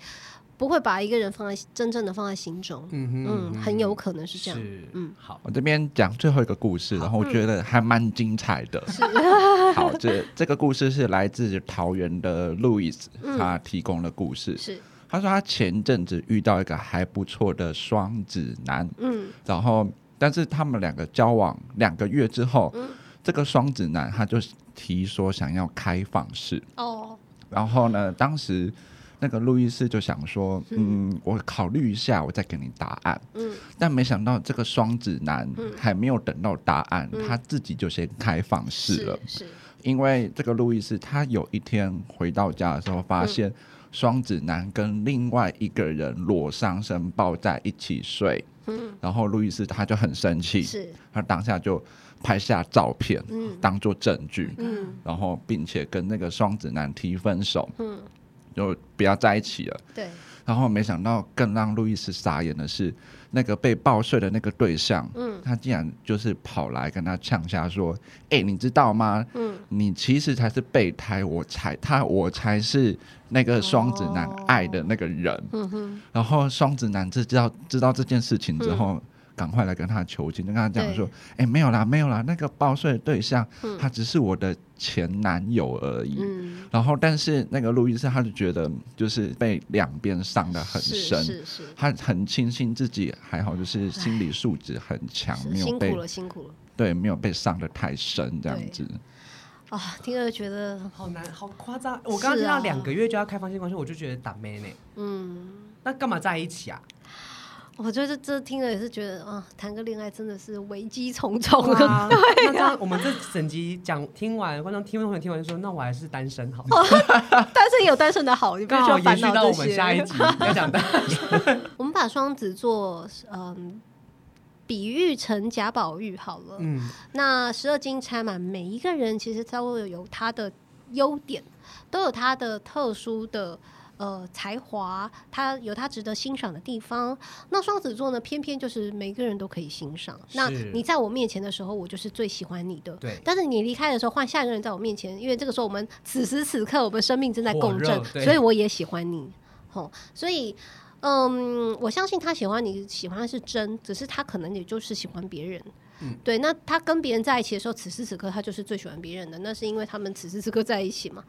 Speaker 3: 不会把一个人放在真正的放在心中。
Speaker 1: 嗯哼
Speaker 3: 嗯，很有可能是
Speaker 1: 是
Speaker 3: 这样。
Speaker 1: 嗯
Speaker 3: 嗯，
Speaker 1: 好，
Speaker 2: 我这边讲最后一个故事，然后我觉得还蛮精彩 的。好，这这个故事是来自桃园的路易斯，
Speaker 3: 嗯
Speaker 2: 他提供的故事。
Speaker 3: 是，
Speaker 2: 他说他前阵子遇到一个还不错的双子男，
Speaker 3: 嗯
Speaker 2: 然后但是他们两个交往两个月之后，
Speaker 3: 嗯
Speaker 2: 这个双子男他就提说想要开放式，
Speaker 3: 哦，
Speaker 2: 然后呢，当时那个路易斯就想说，嗯，我考虑一下，我再给你答案。
Speaker 3: 嗯
Speaker 2: 但没想到这个双子男
Speaker 3: 嗯
Speaker 2: 还没有等到答案，
Speaker 3: 嗯
Speaker 2: 他自己就先开放式了。
Speaker 3: 是
Speaker 2: 因为这个路易斯，他有一天回到家的时候，发
Speaker 3: 嗯
Speaker 2: 现双子男跟另外一个人裸上身抱在一起睡，
Speaker 3: 嗯
Speaker 2: 然后路易斯他就很生气，
Speaker 3: 是
Speaker 2: 他当下就拍下照片
Speaker 3: 嗯
Speaker 2: 当做证据，
Speaker 3: 嗯
Speaker 2: 然后并且跟那个双子男提分手，
Speaker 3: 嗯
Speaker 2: 就不要在一起了。
Speaker 3: 对
Speaker 2: 然后没想到更让路易斯傻眼的是，那个被报税的那个对象，
Speaker 3: 嗯
Speaker 2: 他竟然就是跑来跟他呛下说：“哎、你知道吗？
Speaker 3: 嗯
Speaker 2: 你其实才是备胎，我才他我才是那个双子男
Speaker 3: 哦
Speaker 2: 爱的那个人。
Speaker 3: 嗯哼嗯
Speaker 2: 然后双子男知知道知道这件事情之后。赶快来跟他求情，就跟他讲说：“哎、没有啦，没有啦，那个报税的对象，
Speaker 3: 嗯
Speaker 2: 他只是我的前男友而已。
Speaker 3: 嗯，
Speaker 2: 然后，但是那个路易斯他就觉得就是被两边伤的很
Speaker 3: 是
Speaker 2: 深，
Speaker 3: 是是
Speaker 2: 他很庆幸自己还好，就是心理素质很强，
Speaker 3: 是
Speaker 2: 没有
Speaker 3: 辛
Speaker 2: 被
Speaker 3: 苦了辛苦了
Speaker 2: 对没有被伤的太深这样子。
Speaker 3: 啊！听了觉得
Speaker 1: 好难，好夸张。我刚刚听
Speaker 3: 是啊
Speaker 1: 到两个月就要开放性关系，我就觉得打妹呢，
Speaker 3: 嗯，
Speaker 1: 那干嘛在一起啊？
Speaker 3: 我觉得这听了也是觉得啊，谈个恋爱真的是危机重重
Speaker 1: 对
Speaker 3: 啊。
Speaker 1: 啊，那这样我们这整集讲听完，观众听众朋友听完就说，那我还是单身好了。
Speaker 3: 单身有单身的好，你不
Speaker 1: 刚
Speaker 3: 需
Speaker 1: 好
Speaker 3: 哦
Speaker 1: 延
Speaker 3: 要烦
Speaker 1: 续到
Speaker 3: 恼
Speaker 1: 我
Speaker 3: 这
Speaker 1: 们下一
Speaker 3: 些。
Speaker 1: 集要讲的，
Speaker 3: 我们把双子座嗯比喻成贾宝玉好了。
Speaker 1: 嗯，
Speaker 3: 那十二金钗嘛，每一个人其实都有他的优点，都有他的特殊的呃才华，他有他值得欣赏的地方。那双子座呢，偏偏就是每个人都可以欣赏。那
Speaker 1: 是
Speaker 3: 你在我面前的时候，我就是最喜欢你的。
Speaker 1: 对，
Speaker 3: 但是你离开的时候，换下一个人在我面前，因为这个时候我们此时此刻我们生命正在共
Speaker 1: 火
Speaker 3: 振
Speaker 1: 热，对
Speaker 3: 所以我也喜欢你。哦，所以。嗯，我相信他喜欢你，喜欢是真，只是他可能也就是喜欢别人。
Speaker 1: 嗯
Speaker 3: 对，那他跟别人在一起的时候，此时此刻他就是最喜欢别人的，那是因为他们此时此刻在一起嘛。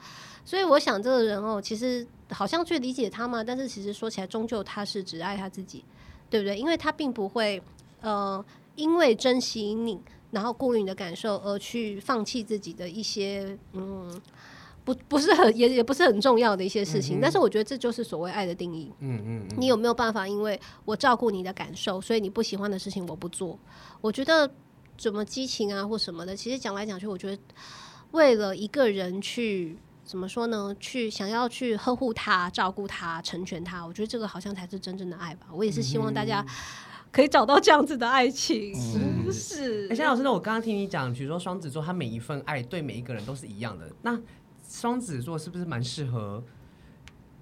Speaker 3: 所以我想这个人哦，其实好像去理解他嘛，但是其实说起来，终究他是只爱他自己，对不对？因为他并不会呃，因为珍惜你，然后顾虑你的感受而去放弃自己的一些嗯，不不是很也也不是很重要的一些事情。
Speaker 1: 嗯哼
Speaker 3: 但是我觉得这就是所谓爱的定义。
Speaker 1: 嗯嗯嗯，
Speaker 3: 你有没有办法？因为我照顾你的感受，所以你不喜欢的事情我不做。我觉得怎么激情啊或什么的，其实讲来讲去，我觉得为了一个人去怎么说呢？去想要去呵护他、照顾他、成全他，我觉得这个好像才是真正的爱吧。我也是希望大家
Speaker 1: 嗯
Speaker 3: 可以找到这样子的爱情。
Speaker 1: 是
Speaker 3: 是
Speaker 1: 哎，夏老师，那我刚刚听你讲，比如说双子座，他每一份爱对每一个人都是一样的。那双子座是不是蛮适合，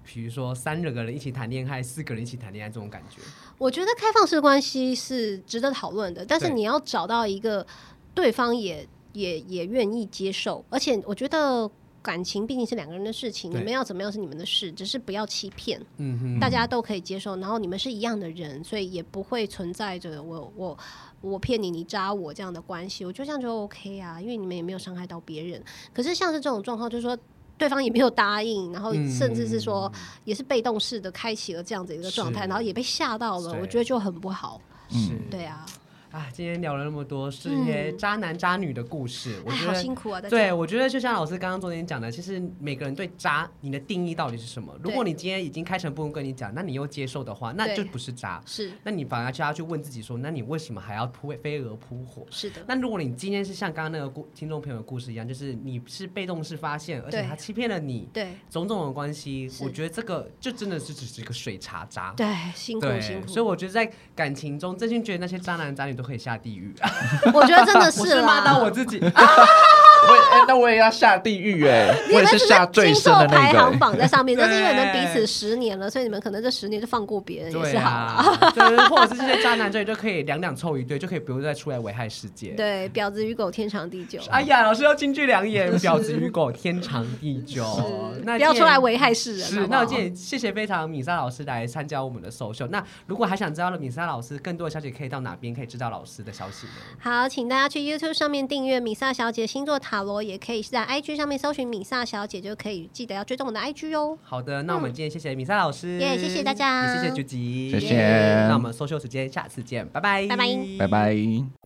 Speaker 1: 比如说三个人一起谈恋爱，四个人一起谈恋爱这种感觉？
Speaker 3: 我觉得开放式关系是值得讨论的，但是
Speaker 1: 对
Speaker 3: 你要找到一个对方也也也愿意接受，而且我觉得感情毕竟是两个人的事情，你
Speaker 1: 对
Speaker 3: 们要怎么样是你们的事，只是不要欺骗，
Speaker 1: 嗯哼，
Speaker 3: 大家都可以接受。然后你们是一样的人，所以也不会存在着我我我骗你，你扎我这样的关系。我觉得这样就 OK 啊，因为你们也没有伤害到别人。可是像是这种状况，就是说。对方也没有答应，然后
Speaker 1: 嗯
Speaker 3: 甚至是说也是被动式的开启了这样子一个状态，
Speaker 1: 是嗯
Speaker 3: 然后也被吓到了，
Speaker 1: 对
Speaker 3: 我觉得就很不好。
Speaker 2: 嗯
Speaker 1: 是
Speaker 3: 对啊，
Speaker 1: 啊，今天聊了那么多是一些
Speaker 3: 嗯
Speaker 1: 渣男渣女的故事，我
Speaker 3: 哎，
Speaker 1: 觉
Speaker 3: 好
Speaker 1: 得
Speaker 3: 辛苦啊，大家。
Speaker 1: 对，我觉得就像老师刚刚昨天讲的，其实每个人对渣你的定义到底是什么？如果
Speaker 3: 对
Speaker 1: 你今天已经开诚布公跟你讲，那你又接受的话，那
Speaker 3: 对
Speaker 1: 就不是渣。
Speaker 3: 是
Speaker 1: 那你反而就要去问自己说，那你为什么还要扑飞蛾扑火？
Speaker 3: 是的，
Speaker 1: 那如果你今天是像刚刚那个故听众朋友的故事一样，就是你是被动式发现，而且
Speaker 3: 对
Speaker 1: 他欺骗了你，
Speaker 3: 对
Speaker 1: 种种的关系，
Speaker 3: 是
Speaker 1: 我觉得这个就真的是只是一个水茶渣。
Speaker 3: 对，辛苦
Speaker 1: 对，
Speaker 3: 辛苦。
Speaker 1: 所以我觉得在感情中，真心觉得那些渣男渣女都可以下地狱。
Speaker 3: 我觉得真的
Speaker 1: 我是骂
Speaker 3: 呃啦，
Speaker 1: 到我自己，
Speaker 2: 我也、哎那我也要下地狱哎、
Speaker 3: 你
Speaker 2: 我
Speaker 3: 们
Speaker 2: 也
Speaker 3: 只
Speaker 2: 是下最
Speaker 3: 经
Speaker 2: 深
Speaker 3: 受
Speaker 2: 的那
Speaker 3: 排
Speaker 2: 个、
Speaker 3: 行
Speaker 2: 哎
Speaker 3: 榜在上面，但是因为你们
Speaker 1: 对
Speaker 3: 彼此十年了，所以你们可能这十年就放过别人 也
Speaker 1: 对
Speaker 3: 是好啦。
Speaker 1: 啊，就是或者是这些渣男渣女就可以两两凑一对，就可以不用再出来危害世界。，
Speaker 3: 对，婊子与狗天长地久，
Speaker 1: 哎呀，老师要金句良言，婊子与狗天长地久
Speaker 3: 是。
Speaker 1: 那
Speaker 3: 不要
Speaker 1: 今天
Speaker 3: 出来危害世人。
Speaker 1: 是，
Speaker 3: 好不
Speaker 1: 那
Speaker 3: 好
Speaker 1: 我今天也谢谢非常米莎老师来参加我们的 social。那如果还想知道了米莎老师更多的消息，可以到哪边可以知道老师的消息呢？
Speaker 3: 好，请大家去 YouTube 上面订阅米萨小姐星座塔罗，也可以在 IG 上面搜寻米萨小姐，就可以记得要追踪我的 IG 哦。
Speaker 1: 好的，那我们今天谢谢米莎老师，
Speaker 3: 耶谢谢大家
Speaker 1: 也谢谢菊吉，
Speaker 2: 谢谢
Speaker 1: 那我们 social 时间下次见，拜拜，
Speaker 3: 拜拜
Speaker 2: 拜拜。